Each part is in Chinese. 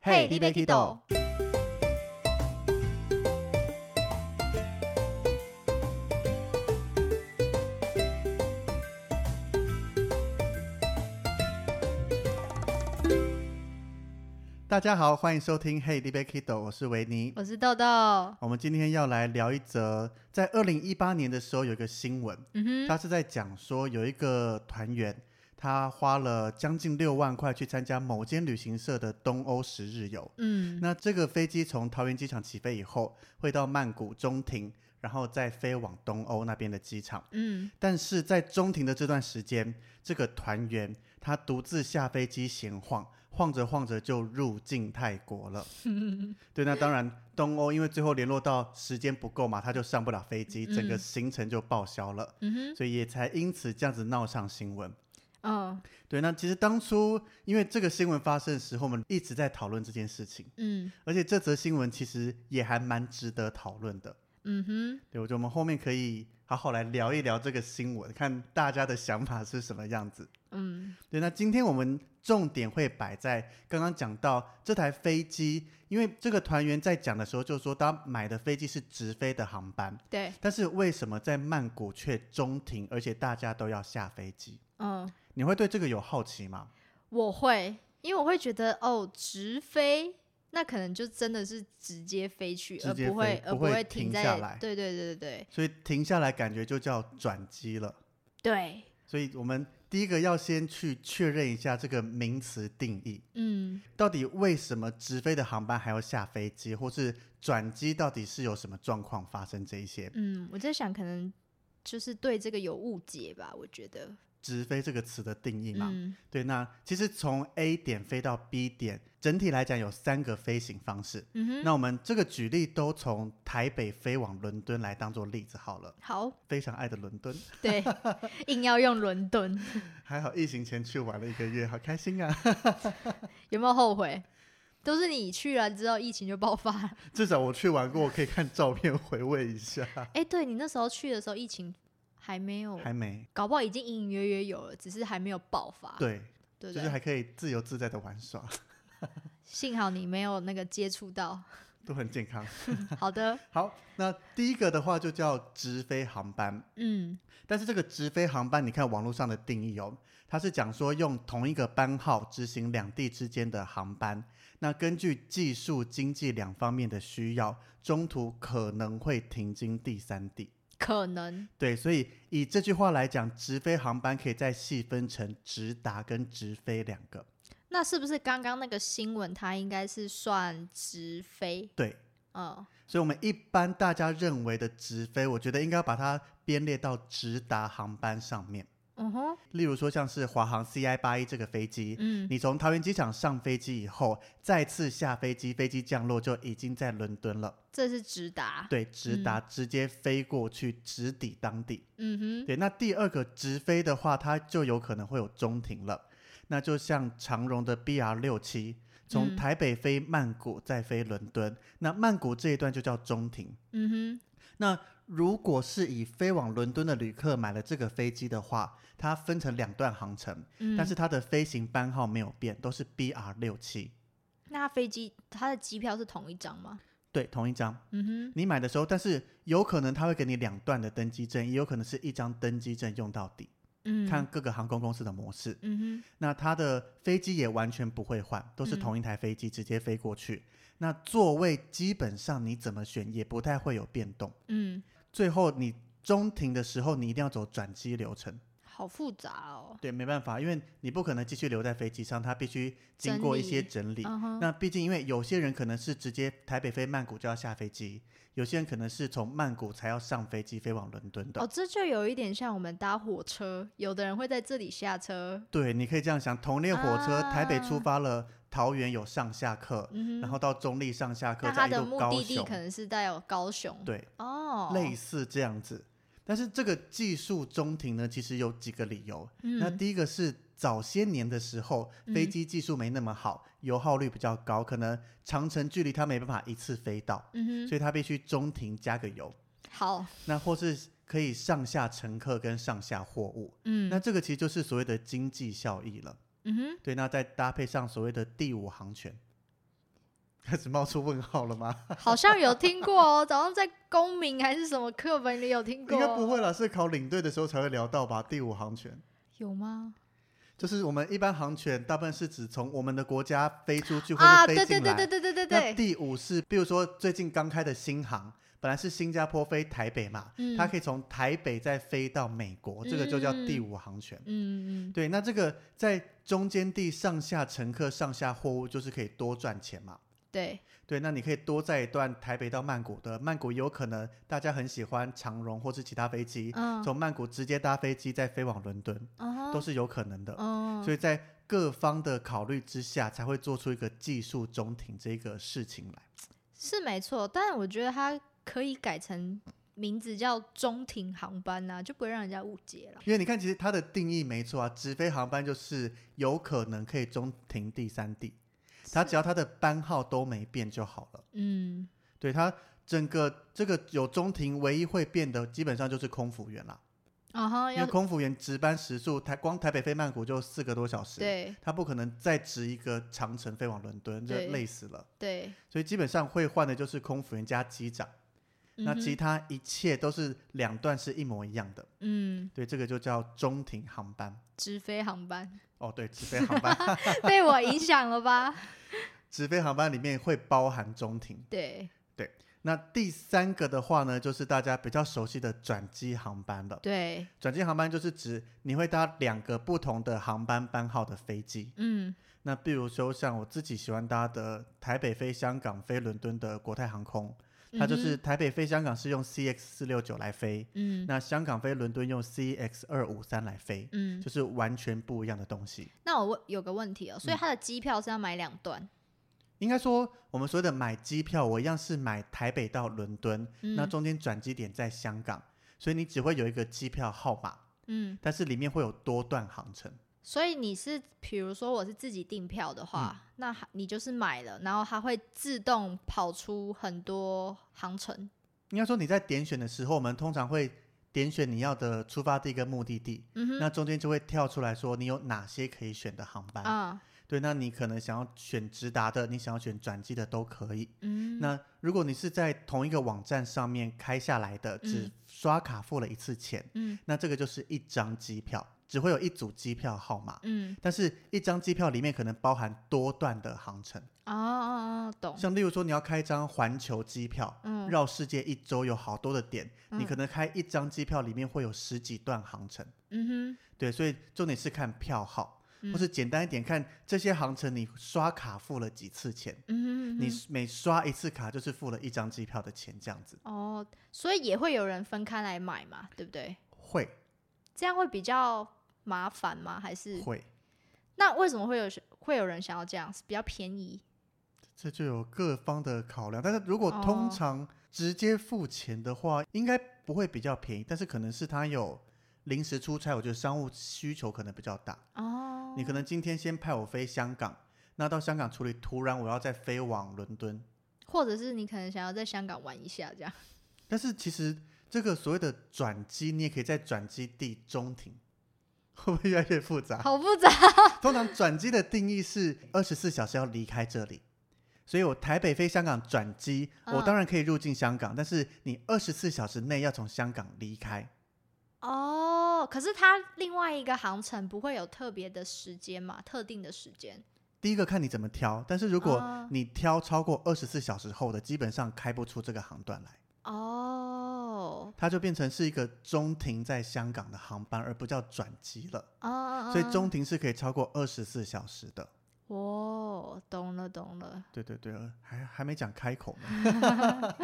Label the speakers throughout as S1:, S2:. S1: 嘿你要去倒
S2: 大家好，欢迎收听 Hey, d b Kido，我是维尼。
S1: 我是豆豆。嗯
S2: 我们今天要来聊一则，在二零一八年的时候有一个新闻，
S1: 哼，
S2: 他是在讲说有一个团员，他花了将近六万块去参加某间旅行社的东欧十日游。
S1: 嗯，
S2: 那这个飞机从桃园机场起飞以后，会到曼谷中停，然后再飞往东欧那边的机场。
S1: 嗯，
S2: 但是在中庭的这段时间，这个团员他独自下飞机闲晃，晃着晃着就入境泰国了。对，那当然，东欧因为最后联络到时间不够嘛，他就上不了飞机，整个
S1: 嗯
S2: 行程就报销了，
S1: 嗯哼，
S2: 所以也才因此这样子闹上新闻。
S1: 哦，
S2: 对，那其实当初因为这个新闻发生的时候，我们一直在讨论这件事情，
S1: 嗯，
S2: 而且这则新闻其实也还蛮值得讨论的。
S1: 嗯哼，
S2: 对，我觉得我们后面可以好好来聊一聊这个新闻，看大家的想法是什么样子。
S1: 嗯，
S2: 对，那今天我们重点会摆在刚刚讲到这台飞机，因为这个团员在讲的时候就说，他买的飞机是直飞的航班，
S1: 对，
S2: 但是为什么在曼谷却中停，而且大家都要下飞机？
S1: 嗯，
S2: 你会对这个有好奇吗？
S1: 我会，因为我会觉得哦，直飞。那可能就真的是直接飞去，
S2: 直
S1: 而
S2: 接
S1: 不会
S2: 飞
S1: 而
S2: 不
S1: 不
S2: 会
S1: 会
S2: 停
S1: 在
S2: 下来
S1: 对对对对对
S2: 所以停下来感觉就叫转机了。
S1: 对，
S2: 所以我们第一个要先去确认一下这个名词定义。
S1: 嗯
S2: 到底为什么直飞的航班还要下飞机，或是转机到底是有什么状况发生？这一些
S1: 嗯，我在想可能就是对这个有误解吧，我觉得，
S2: 直飞这个词的定义嘛？
S1: 嗯
S2: 对，那其实从 A 点飞到 B 点，整体来讲有三个飞行方式。
S1: 嗯哼，
S2: 那我们这个举例都从台北飞往伦敦来当做例子好了，
S1: 好，
S2: 非常爱的伦敦，
S1: 对，硬要用伦敦，
S2: 还好疫情前去玩了一个月，好开心啊！
S1: 有没有后悔？都是你去了之后，疫情就爆发了。
S2: 至少我去玩过，我可以看照片回味一 下。
S1: 哎、对你那时候去的时候，疫情还没有，
S2: 还没，
S1: 搞不好已经隐隐约约有了，只是还没有爆发。
S2: 对，
S1: 对
S2: 就
S1: 不对，
S2: 是还可以自由自在的玩耍，
S1: 幸好你没有那个接触到。
S2: 都很健康。
S1: 好的，
S2: 好，那第一个的话就叫直飞航班，
S1: 嗯
S2: 但是这个直飞航班，你看网络上的定义哦，它是讲说用同一个班号执行两地之间的航班，那根据技术、经济两方面的需要，中途可能会停经第三地。
S1: 可能，
S2: 对，所以以这句话来讲，直飞航班可以再细分成直达跟直飞两个。
S1: 那是不是刚刚那个新闻，它应该是算直飞？
S2: 对，
S1: 嗯，
S2: 所以我们一般大家认为的直飞，我觉得应该把它编列到直达航班上面。
S1: 嗯哼，
S2: 例如说像是华航 CI 八一这个飞机，
S1: 嗯，
S2: 你从桃园机场上飞机以后，再次下飞机，飞机降落就已经在伦敦了。
S1: 这是直达。
S2: 对，直达直接飞过去，直抵当地。
S1: 嗯哼，
S2: 对，那第二个直飞的话，它就有可能会有中停了。那就像长荣的 BR 六七，从
S1: 嗯
S2: 台北飞曼谷，再飞伦敦，那曼谷这一段就叫中停。
S1: 嗯哼，
S2: 那如果是以飞往伦敦的旅客买了这个飞机的话，它分成两段航程，
S1: 嗯。
S2: 但是它的飞行班号没有变，都是 BR 六七，
S1: 那它飞机它的机票是同一张吗？
S2: 对，同一张。
S1: 嗯
S2: 你买的时候，但是有可能它会给你两段的登机证，也有可能是一张登机证用到底，
S1: 哼，嗯，
S2: 看，各个航空公司的模式。
S1: 嗯
S2: 那它的飞机也完全不会换，都是
S1: 嗯
S2: 同一台飞机直接飞过去。那座位基本上你怎么选也不太会有变动。
S1: 哼，嗯，
S2: 最后你中停的时候，你一定要走转机流程。
S1: 好复杂哦。
S2: 对，没办法，因为你不可能继续留在飞机上，它必须经
S1: 整
S2: 过一些
S1: 理
S2: 整理。
S1: 嗯哼，
S2: 那毕竟，因为有些人可能是直接台北飞曼谷就要下飞机，有些人可能是从曼谷才要上飞机飞往伦敦的。
S1: 哦，这就有一点像我们搭火车，有的人会在这里下车，
S2: 对，你可以这样想：同列火车、台北出
S1: 啊
S2: 发了，桃园有上下课，
S1: 嗯
S2: 然
S1: 哼，
S2: 后到中立上下课，
S1: 那它
S2: 再一
S1: 的
S2: 路
S1: 目
S2: 高
S1: 的地
S2: 雄。
S1: 可能是在高雄，，
S2: 对，
S1: 哦，
S2: 类，似这样子。但是这个技术中停呢，其实有几个理由。那
S1: 嗯
S2: 第一个是早些年的时候，飞
S1: 嗯
S2: 机技术没那么好，油耗率比较高，可能长程距离它没办法一次飞到，
S1: 嗯哼，
S2: 所以它必须中停加个油。
S1: 好，
S2: 那或是可以上下乘客跟上下货物，
S1: 嗯，
S2: 那这个其实就是所谓的经济效益了。
S1: 嗯哼，
S2: 对，那再搭配上所谓的第五航权， 开始冒出问号了吗？
S1: 好像有听过哦，早上在公民还是什么课本里有听过哦
S2: 应，该不会啦，是考领队的时候才会聊到吧？第五航权
S1: 有吗？
S2: 就是我们一般航权，大部分是指从我们的国家飞出去或
S1: 啊，
S2: 者
S1: 对
S2: 飞
S1: 对
S2: 进
S1: 对
S2: 来。
S1: 对对对对
S2: 那
S1: 对，
S2: 第五是，比如说最近刚开的新航，本来是新加坡飞台北嘛，
S1: 嗯
S2: 它可以从台北再飞到美国，这个就叫第五航权。
S1: 嗯嗯
S2: 对，那这个在中间地上下乘客、上下货物，就是可以多赚钱嘛。
S1: 对，
S2: 对，那你可以多载一段台北到曼谷的，曼谷有可能大家很喜欢长荣或是其他飞机，
S1: 嗯，
S2: 从曼谷直接搭飞机再飞往伦敦，
S1: 啊
S2: 都是有可能的。
S1: 嗯，
S2: 所以在各方的考虑之下，才会做出一个技术中庭这个事情来。
S1: 是没错，但我觉得它可以改成名字叫中停航班呐、就不会让人家误解了。
S2: 因为你看，其实它的定义没错啊，直飞航班就是有可能可以中停第三地，它只要它的班号都没变就好了。
S1: 嗯，
S2: 对它整个这个有中停，唯一会变的基本上就是空服员啦，
S1: 啊哈，
S2: 因为
S1: 要
S2: 空服员值班时数，台光台北飞曼谷就四个多小时，，
S1: 对
S2: 它不可能再值一个长程飞往伦敦，就
S1: 对
S2: 累死了。
S1: 对，
S2: 所以基本上会换的就是空服员加机长，那
S1: 嗯哼
S2: 其他一切都是两段是一模一样的。
S1: 嗯，
S2: 对，这个就叫中停航班。
S1: 直飞 航班
S2: 哦，对，直飞航 班，
S1: 被我影响了吧？
S2: 直飞航班里面会包含中停。
S1: 对
S2: 那第三个的话呢，就是大家比较熟悉的转机航班了。
S1: 对，
S2: 转机航班就是指你会搭两个不同的航班班号的飞机。
S1: 嗯
S2: 那比如说像我自己喜欢搭的台北飞香港、飞伦敦的国泰航空，它就是台北飞香港是用 CX 四六九来飞，
S1: 嗯哼
S2: 那香港飞伦敦用 CX 二五三来飞，
S1: 嗯嗯。
S2: 就是完全不一样的东西。
S1: 那我问有个问题哦，所以
S2: 嗯
S1: 它的机票是要买两段？
S2: 应该说，我们所谓的买机票，我一样是买台北到伦敦，
S1: 嗯
S2: 那中间转机点在香港，所以你只会有一个机票号码，
S1: 嗯，
S2: 但是里面会有多段航程。
S1: 所以你是比如说我是自己订票的话，
S2: 嗯
S1: 那还你就是买了，然后它会自动跑出很多航程。
S2: 应该说你在点选的时候，我们通常会点选你要的出发地跟目的地，
S1: 嗯哼，
S2: 那中间就会跳出来说你有哪些可以选的航班。
S1: 啊，
S2: 对，那你可能想要选直达的，你想要选转机的都可以。
S1: 嗯，
S2: 那如果你是在同一个网站上面开下来的，只
S1: 嗯
S2: 刷卡付了一次钱，
S1: 嗯
S2: 那这个就是一张机票，只会有一组机票号码。
S1: 嗯，
S2: 但是，一张机票里面可能包含多段的航程，
S1: 哦哦哦，懂，
S2: 像例如说，你要开一张环球机票，
S1: 嗯，
S2: 绕世界一周有好多的点，你
S1: 嗯
S2: 可能开一张机票里面会有十几段航程。
S1: 嗯
S2: 对，所以重点是看票号，
S1: 哼，
S2: 或是简单一点看这些航程你刷卡付了几次钱，
S1: 嗯，嗯哼，嗯
S2: 你
S1: 哼
S2: 每刷一次卡就是付了一张机票的钱，这样子
S1: 哦，所以也会有人分开来买嘛，对不对？
S2: 会
S1: 这样会比较麻烦吗？还是
S2: 会，
S1: 那为什么会有会有人想要这样？是比较便宜？
S2: 这就有各方的考量。但是如果通
S1: 哦
S2: 常直接付钱的话，应该不会比较便宜，但是可能是他有临时出差，我觉得商务需求可能比较大。
S1: 哦，
S2: 你可能今天先派我飞香港，那到香港处理，突然我要再飞往伦敦，
S1: 或者是你可能想要在香港玩一下 这样？
S2: 但是其实这个所谓的转机，你也可以在转机地中停， 会不会越来越复杂？
S1: 好复杂，
S2: 通常转机的定义是二十四小时要离开这里，所以我台北飞香港转机，我
S1: 嗯
S2: 当然可以入境香港，但是你二十四小时内要从香港离开。
S1: 哦，可是它另外一个航程不会有特别的时间嘛，特定的时间。
S2: 第一个看你怎么挑，但是如果
S1: 哦
S2: 你挑超过二十四小时后的，基本上开不出这个航段来，
S1: 哦，
S2: 它就变成是一个中停在香港的航班，而不叫转机了。
S1: 哦，
S2: 所以
S1: 哦
S2: 中停是可以超过二十四小时的。
S1: 哦，懂了，懂了，
S2: 对对对，还还没讲开口呢。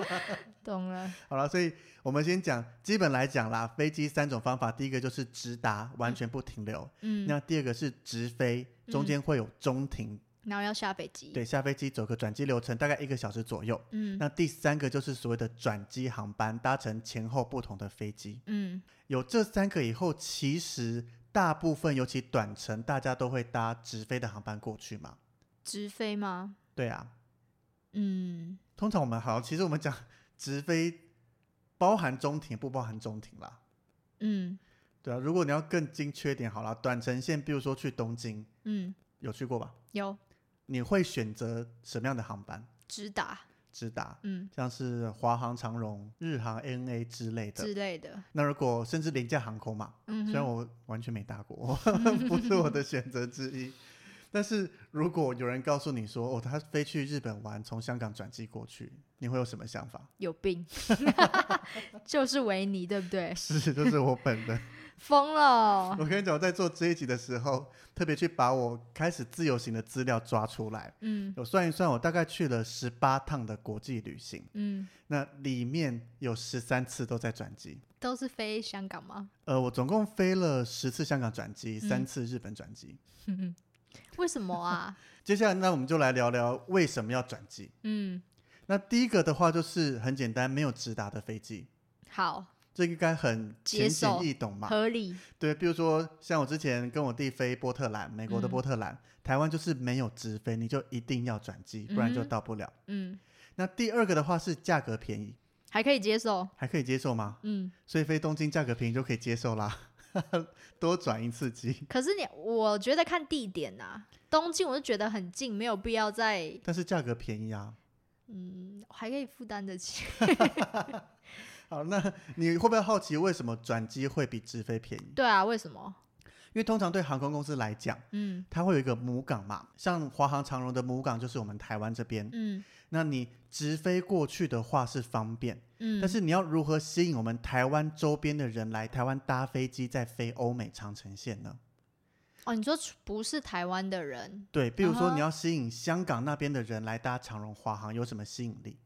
S1: 懂了。
S2: 好了，所以我们先讲基本来讲啦，飞机三种方法，第一个就是直达，完全不停留；
S1: 嗯，
S2: 那第二个是直飞，中间会有中停，
S1: 然后要下北极。，
S2: 对，下飞机走个转机流程，大概一个小时左右。
S1: 嗯
S2: 那第三个就是所谓的转机航班，搭乘前后不同的飞机。
S1: 嗯，
S2: 有这三个以后，其实大部分尤其短程，大家都会搭直飞的航班过去嘛。
S1: 直飞吗？
S2: 对啊，
S1: 嗯，
S2: 通常我们好，其实我们讲 直飞包含中庭，不包含中庭啦。
S1: 嗯
S2: 对啊，如果你要更精确一点，好啦，短程线，比如说去东京，
S1: 嗯，
S2: 有去过吧？
S1: 有
S2: 你会选择什么样的航班？
S1: 直达，
S2: 直达，
S1: 嗯
S2: 像是华航、长荣、日航、ANA 之类的。
S1: 之类的，
S2: 那如果甚至廉价航空嘛，
S1: 嗯
S2: 虽然
S1: 哼，
S2: 我完全没搭 过，不是我的选择之一。但是如果有人告诉你说，哦，他飞去日本玩，从香港转机过去，你会有什么想 法？
S1: 有 病，就是维尼，对不对？
S2: 是，就是我本 人。
S1: 疯了，
S2: 我跟你讲，我在做这一集的时候，特别去把我开始自由行的资料抓出来。
S1: 嗯
S2: 我算一算，我大概去了十八趟的国际旅行，
S1: 嗯，
S2: 那里面有十三次都在转机。
S1: 都是飞香港吗？
S2: 呃，我总共飞了十次香港转机，
S1: 嗯
S2: 三次日本转机。
S1: 为什 么啊？
S2: 接下来，那我们就来聊聊为什么要转机。
S1: 嗯，
S2: 那第一个的话就是很简单，没有直达的飞机，
S1: 好，
S2: 这应该很浅显易懂嘛。
S1: 合理，
S2: 对，比如说像我之前跟我弟飞波特兰，美国的
S1: 嗯
S2: 波特兰，台湾就是没有直飞，你就一定要转机，不然就
S1: 嗯哼
S2: 到不了。
S1: 嗯，
S2: 那第二个的话是价格便宜，
S1: 还可以接受，
S2: 还可以接受吗？
S1: 嗯。
S2: 所以飞东京价格便宜就可以接受啦， 多转一次机。
S1: 可是你，我觉得看地点呐、东京我就觉得很近，没有必要再，
S2: 但是价格便宜啊。
S1: 嗯，还可以负担得起。
S2: 好，那你会不会好奇为什么转机会比直飞便宜？
S1: 对啊，为什么？
S2: 因为通常对航空公司来讲，
S1: 嗯
S2: 它会有一个母港嘛，像华航、长荣的母港就是我们台湾这边。
S1: 嗯
S2: 那你直飞过去的话是方便，
S1: 嗯，
S2: 但是你要如何吸引我们台湾周边的人来台湾搭飞机再飞欧美长城线呢？
S1: 哦，你说除不是台湾的人，
S2: 对，比如
S1: 啊
S2: 说
S1: 哈
S2: 你要吸引香港那边的人来搭长荣、华航，有什么吸引力？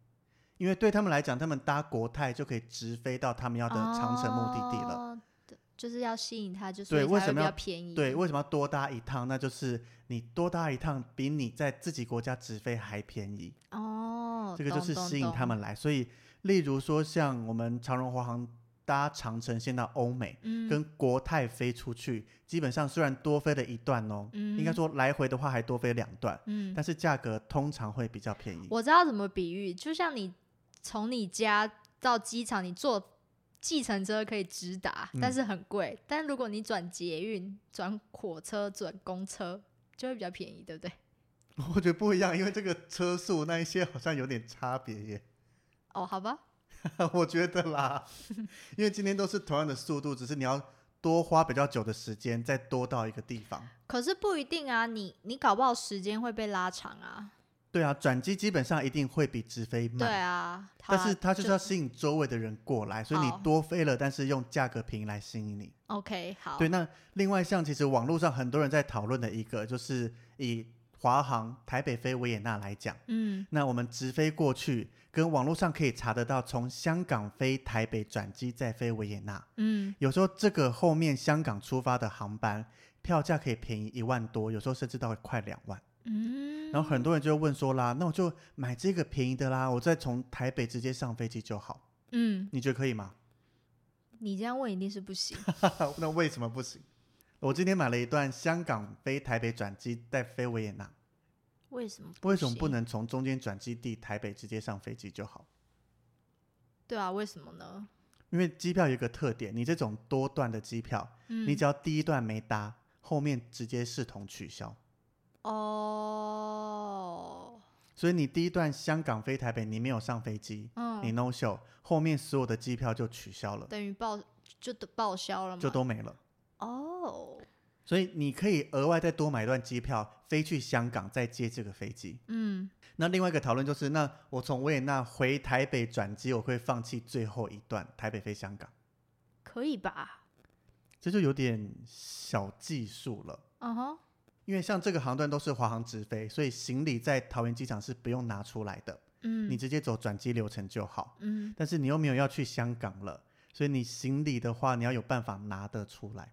S2: 因为对他们来讲，他们搭国泰就可以直飞到他们要的长城目的地了。
S1: 哦对就是要吸引他，就是
S2: 对为什么
S1: 比
S2: 要
S1: 较便宜？
S2: 对，为什么要多搭一趟？那就是你多搭一趟比你在自己国家直飞还便宜。
S1: 哦，
S2: 这个就是
S1: 懂
S2: 吸引他。
S1: 懂懂
S2: 们来。所以，例如说像我们长荣、华航搭长城线到欧美，
S1: 嗯，
S2: 跟国泰飞出去，基本上虽然多飞了一段哦，
S1: 嗯
S2: 应该说来回的话还多飞两段，
S1: 嗯，
S2: 但是价格通常会比较便宜。
S1: 我知道怎么比喻，就像你从你家到机场，你坐计程车可以直达，但
S2: 嗯
S1: 是很贵；但如果你转捷运、转火车、转公车，就会比较便宜，对不对？
S2: 我觉得不一样，因为这个车速那一些好像有点差别耶，
S1: 哦，好吧，
S2: 我觉得 啦，因为今天都是同样的速度，只是你要多花比较久的时间，再多到一个地方。
S1: 可是不一定啊，你你搞不好时间会被拉长啊。
S2: 对啊，转机基本上一定会比直飞慢。
S1: 对啊，好
S2: 但
S1: 啦
S2: 是它就是哦要吸引周围的人过来，所以你
S1: 好
S2: 多飞了，但是用价格便宜来吸引你。
S1: 啊 OK 好，
S2: 对，那另外像其实网络上很多人在讨论的一个，就是以华航台北飞维也纳来讲，
S1: 嗯
S2: 那我们直飞过去，跟网络上可以查得到，从香港飞台北转机再飞维也纳，
S1: 嗯，
S2: 有时候这个后面香港出发的航班票价可以便宜一万多，有时候甚至到快两万。
S1: 嗯，
S2: 然后很多人就会问说啦，那我就买这个便宜的啦，我再从台北直接上飞机就好，
S1: 嗯，
S2: 你觉得可以吗？
S1: 你这样问一定是不行。
S2: 那为什么不行？我今天买了一段香港飞台北转机，再飞维也纳，
S1: 为什么？
S2: 为什么不？能从中间转机地台北直接上飞机就好？
S1: 对啊，为什么呢？
S2: 因为机票有一个特点，你这种多段的机票，
S1: 嗯
S2: 你只要第一段没搭，后面直接视同取消。
S1: 哦，
S2: 所以你第一段香港飞台北，你没有上飞机，
S1: 嗯，
S2: 你 no show，后面所有的机票就取消了，
S1: 等于报就都报销了嘛？
S2: 就都没了。
S1: 哦，
S2: 所以你可以额外再多买一段机票，飞去香港再接这个飞机。
S1: 嗯
S2: 那另外一个讨论就是，那我从维也纳回台北转机，我会放弃最后一段台北飞香港，
S1: 可以吧？
S2: 这就有点小技术了。
S1: 嗯哼，
S2: 因为像这个航段都是华航直飞，所以行李在桃园机场是不用拿出来的，
S1: 嗯，
S2: 你直接走转机流程就好。
S1: 嗯，
S2: 但是你又没有要去香港了，所以你行李的话，你要有办法拿得出来。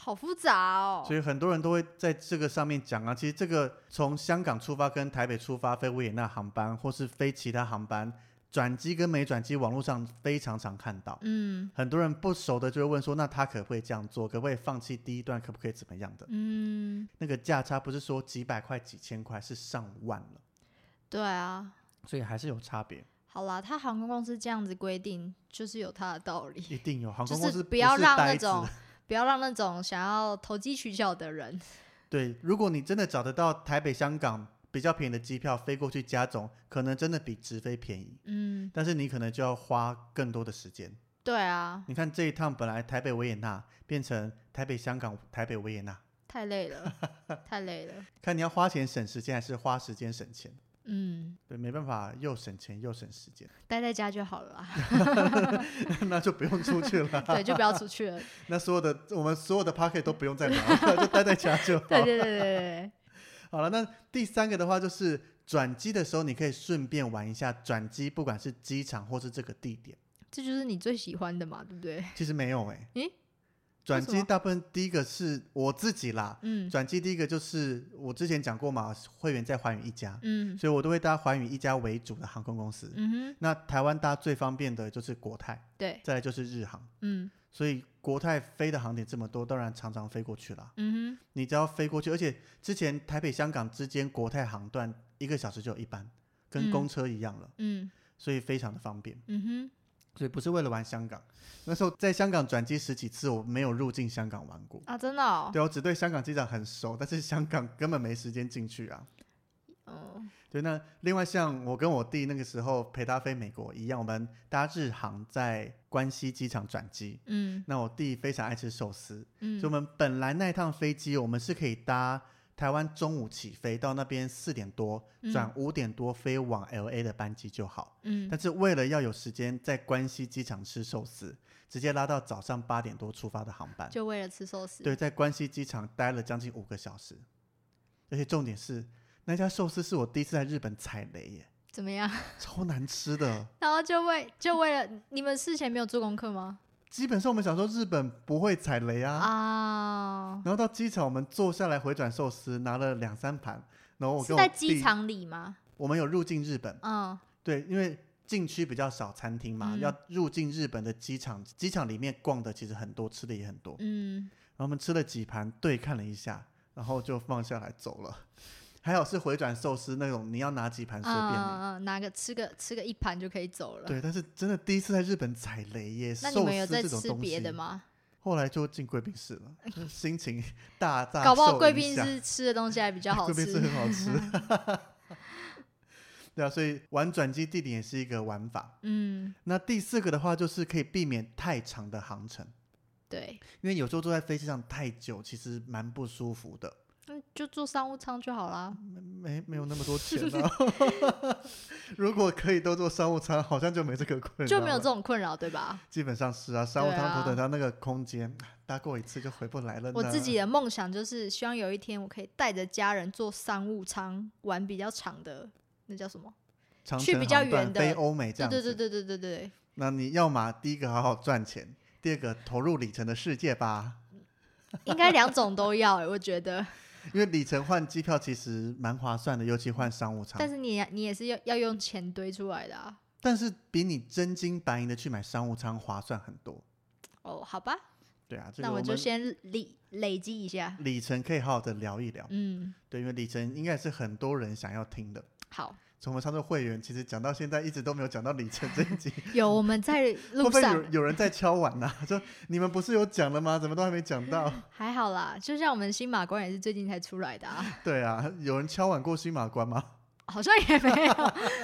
S1: 好复杂哦。
S2: 所以很多人都会在这个上面讲啊，其实这个从香港出发跟台北出发飞维也纳航班，或是飞其他航班，转机跟没转机，网络上非常常看到。
S1: 嗯
S2: 很多人不熟的就会问说，那他可不可以这样做？可不可以放弃第一段？可不可以怎么样的？
S1: 嗯，
S2: 那个价差不是说几百块、几千块，是上万了，
S1: 对啊。
S2: 所以还是有差别，
S1: 好啦，他航空公司这样子规定，就是有他的道理，
S2: 一定有。航
S1: 就
S2: 空公司
S1: 是
S2: 不
S1: 要
S2: 是
S1: 让那
S2: 呆子
S1: 种不要让那种想要投机取巧的人，
S2: 对，如果你真的找得到台北、香港比较便宜的机票飞过去加总，可能真的比直飞便宜，
S1: 嗯，
S2: 但是你可能就要花更多的时间。
S1: 对啊，
S2: 你看这一趟本来台北维也纳变成台北香港、台北维也纳，
S1: 太 累了，太累了。
S2: 看你要花钱省时间还是花时间省钱？
S1: 嗯，
S2: 对，没办法，又省钱又省时间，
S1: 待在家就好了啦，
S2: 那就不用出去了。
S1: 对，就不要出去 了。
S2: 那所有的我们所有的 pocket 都不用再拿 了，就待在家就好。
S1: 对对对对对
S2: 好了，那第三个的话就是转机的时候，你可以顺便玩一下转机，不管是机场或是这个地点。
S1: 对，这就是你最喜欢的嘛，对不对？
S2: 其实没有哎、
S1: 咦
S2: 转
S1: 为什
S2: 机
S1: 么
S2: 大部分第一个是我自己啦，
S1: 嗯
S2: 转机第一个就是我之前讲过嘛，会员在寰宇一家，
S1: 嗯
S2: 所以我都会搭寰宇一家为主的航空公司。
S1: 嗯
S2: 那台湾搭最方便的就是国泰
S1: 哼，，对，
S2: 再来就是日航，
S1: 嗯
S2: 所以国泰飞的航点这么多，当然常常飞过去啦。
S1: 嗯
S2: 你只要飞过去，而且之前台北香港之间国泰航段一个小时就有一班，跟
S1: 嗯
S2: 公车一样了，
S1: 哼，嗯
S2: 所以非常的方便。
S1: 嗯哼，
S2: 所以不是为了玩香港，那时候在香港转机十几次，我没有入境香港玩过。
S1: 啊，真的哦，
S2: 对，我只对香港机场很熟，但是香港根本没时间进去啊。
S1: 嗯
S2: 对，那另外像我跟我弟那个时候陪他飞美国一样，我们搭日航在关西机场转机。
S1: 嗯
S2: 那我弟非常爱吃寿司，所以我
S1: 嗯
S2: 们本来那一趟飞机，我们是可以搭台湾中午起飞到那边四点多，
S1: 嗯
S2: 转五点多飞往 L A 的班机就好。
S1: 嗯，
S2: 但是为了要有时间在关西机场吃寿司，直接拉到早上八点多出发的航班。
S1: 就为了吃寿司，
S2: 对，在关西机场待了将近五个小时，而且重点是那家寿司是我第一次在日本踩雷耶，
S1: 怎么样？
S2: 超难吃的。
S1: 然后就为就为了你们事前没有做功课吗？
S2: 基本上我们想说日本不会踩雷啊，
S1: 啊，
S2: 然后到机场，我们坐下来回转寿司，拿了两三盘。然后我
S1: 是
S2: 哦跟我
S1: 在机
S2: 弟，
S1: 场里吗？
S2: 我们有入境日本，
S1: 嗯
S2: 对，因为禁区比较少餐厅嘛，
S1: 嗯
S2: 要入境日本的机场，机场里面逛的其实很多，吃的也很多。
S1: 嗯，
S2: 然后我们吃了几盘，对看了一下，然后就放下来走了。还好是回转寿司那种，你要拿几盘
S1: 嗯
S2: 随便你。
S1: 嗯嗯，拿个吃个吃个一盘就可以走了。
S2: 对，但是真的第一次在日本踩雷耶，
S1: 那你
S2: 寿
S1: 们有
S2: 司
S1: 在
S2: 这种
S1: 吃
S2: 东
S1: 别
S2: 西
S1: 的。吗？
S2: 后来就进贵宾室 了，就是心情大大
S1: 搞不好
S2: 受
S1: 贵
S2: 影
S1: 宾
S2: 响
S1: 室吃的东西还比较好
S2: 贵宾是
S1: 吃。
S2: 很好吃。 对啊，所以玩转机地点也是一个玩法。
S1: 嗯，
S2: 那第四个的话，就是可以避免太长的航程，
S1: 对，
S2: 因为有时候坐在飞机上太久，其实蛮不舒服的。
S1: 嗯，就坐商务舱就好啦。
S2: 没没有那么多钱啊。 如果可以都坐商务舱，好像就没这个困扰，
S1: 就没有这。种困扰，对吧？
S2: 基本上是啊，商务
S1: 对
S2: 舱
S1: 啊
S2: 头等舱那个空间，搭过一次就回不来了呢。
S1: 我自己的梦想就是希望有一天我可以带着家人坐商务舱玩比较长的，那叫什么？
S2: 长
S1: 去
S2: 程
S1: 比较
S2: 航段
S1: 远的
S2: 飞欧美这
S1: 对
S2: 样子。
S1: 对对对对对对，
S2: 那你要嘛第一个好好赚钱，第二个投入里程的世界吧。
S1: 应该两种都要、欸，我觉 得。
S2: 因为里程换机票其实蛮划算的，尤其换商务舱。
S1: 但
S2: 是，
S1: 是你也你也是要要用钱堆出来的啊。
S2: 比你真金白银的去买商务舱划算很多。
S1: 哦，好吧，
S2: 对啊，这个
S1: 那我
S2: 们
S1: 就先累累积一下。
S2: 里程可以好好的聊一聊。
S1: 嗯，
S2: 对，因为里程应该是很多人想要听的。
S1: 好，
S2: 从我们上次会员，其实讲到现在一直都没有讲到里程这一集，
S1: 有我们 在
S2: 会不
S1: 路
S2: 会
S1: 上
S2: 有有人在敲碗呐、啊 说你们不是有讲了吗？怎么都还没讲到？
S1: 还好啦，就像我们新马关也是最近才出来的啊，
S2: 对啊，有人敲碗过新马关吗？
S1: 好像也没 有，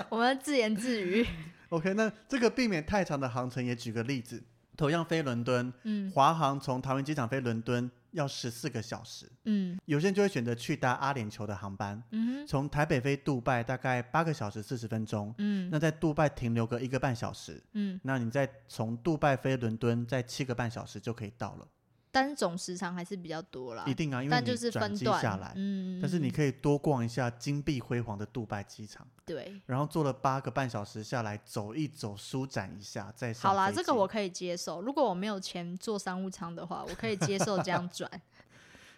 S1: 我们自言自语。
S2: OK，那这个避免太长的航程也举个例子，同样飞伦敦，
S1: 嗯
S2: 华航从桃园机场飞伦敦要十四个小时，
S1: 嗯
S2: 有些人就会选择去搭阿联酋的航班，
S1: 嗯哼
S2: 从台北飞杜拜大概八个小时四十分钟，
S1: 嗯
S2: 那在杜拜停留个一个半小时，
S1: 嗯，
S2: 那你再从杜拜飞伦敦，在七个半小时就可以到了，
S1: 但是总时长还是比较多啦
S2: 一，定啊，因为
S1: 但
S2: 你
S1: 就是
S2: 转
S1: 分
S2: 机
S1: 段
S2: 下来。
S1: 嗯，
S2: 但是你可以多逛一下金碧辉煌的杜拜机场，
S1: 对，
S2: 然后坐了八个半小时下来，走一走，舒展一下，再上
S1: 好啦，
S2: 飞
S1: 这个
S2: 机
S1: 我可以接受。如果我没有钱坐商务舱的话，我可以接受这样 转。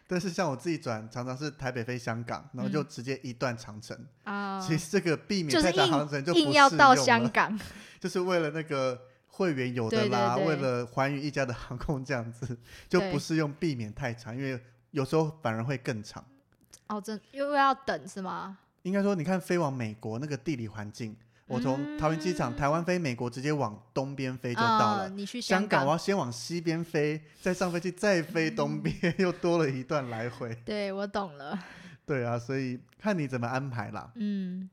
S2: 但是像我自己转，常常是台北飞香港，然后就直接一段长程。
S1: 啊、
S2: 其实这个避免
S1: 就是
S2: 太长
S1: 硬
S2: 航程就不
S1: 硬要
S2: 适
S1: 到
S2: 用
S1: 香
S2: 了，
S1: 港，
S2: 就是为了那个会员有的
S1: 对对
S2: 啦，
S1: 对
S2: 为了寰宇一家的 航空这样子，就不
S1: 对
S2: 适用避免太长，因为有时候反而会更长。
S1: 哦，真因为要等是吗？
S2: 应该说，你看飞往美国那个地理环境，我从桃园机
S1: 嗯
S2: 场、台湾飞美国，直接往东边飞就到了。
S1: 嗯、你去
S2: 香港，
S1: 港嗯
S2: 我要先往西边 飞，再上飞机，再飞东边，又多了一段来回。
S1: 对我懂了，
S2: 对啊，所以看你怎么安排啦。
S1: 嗯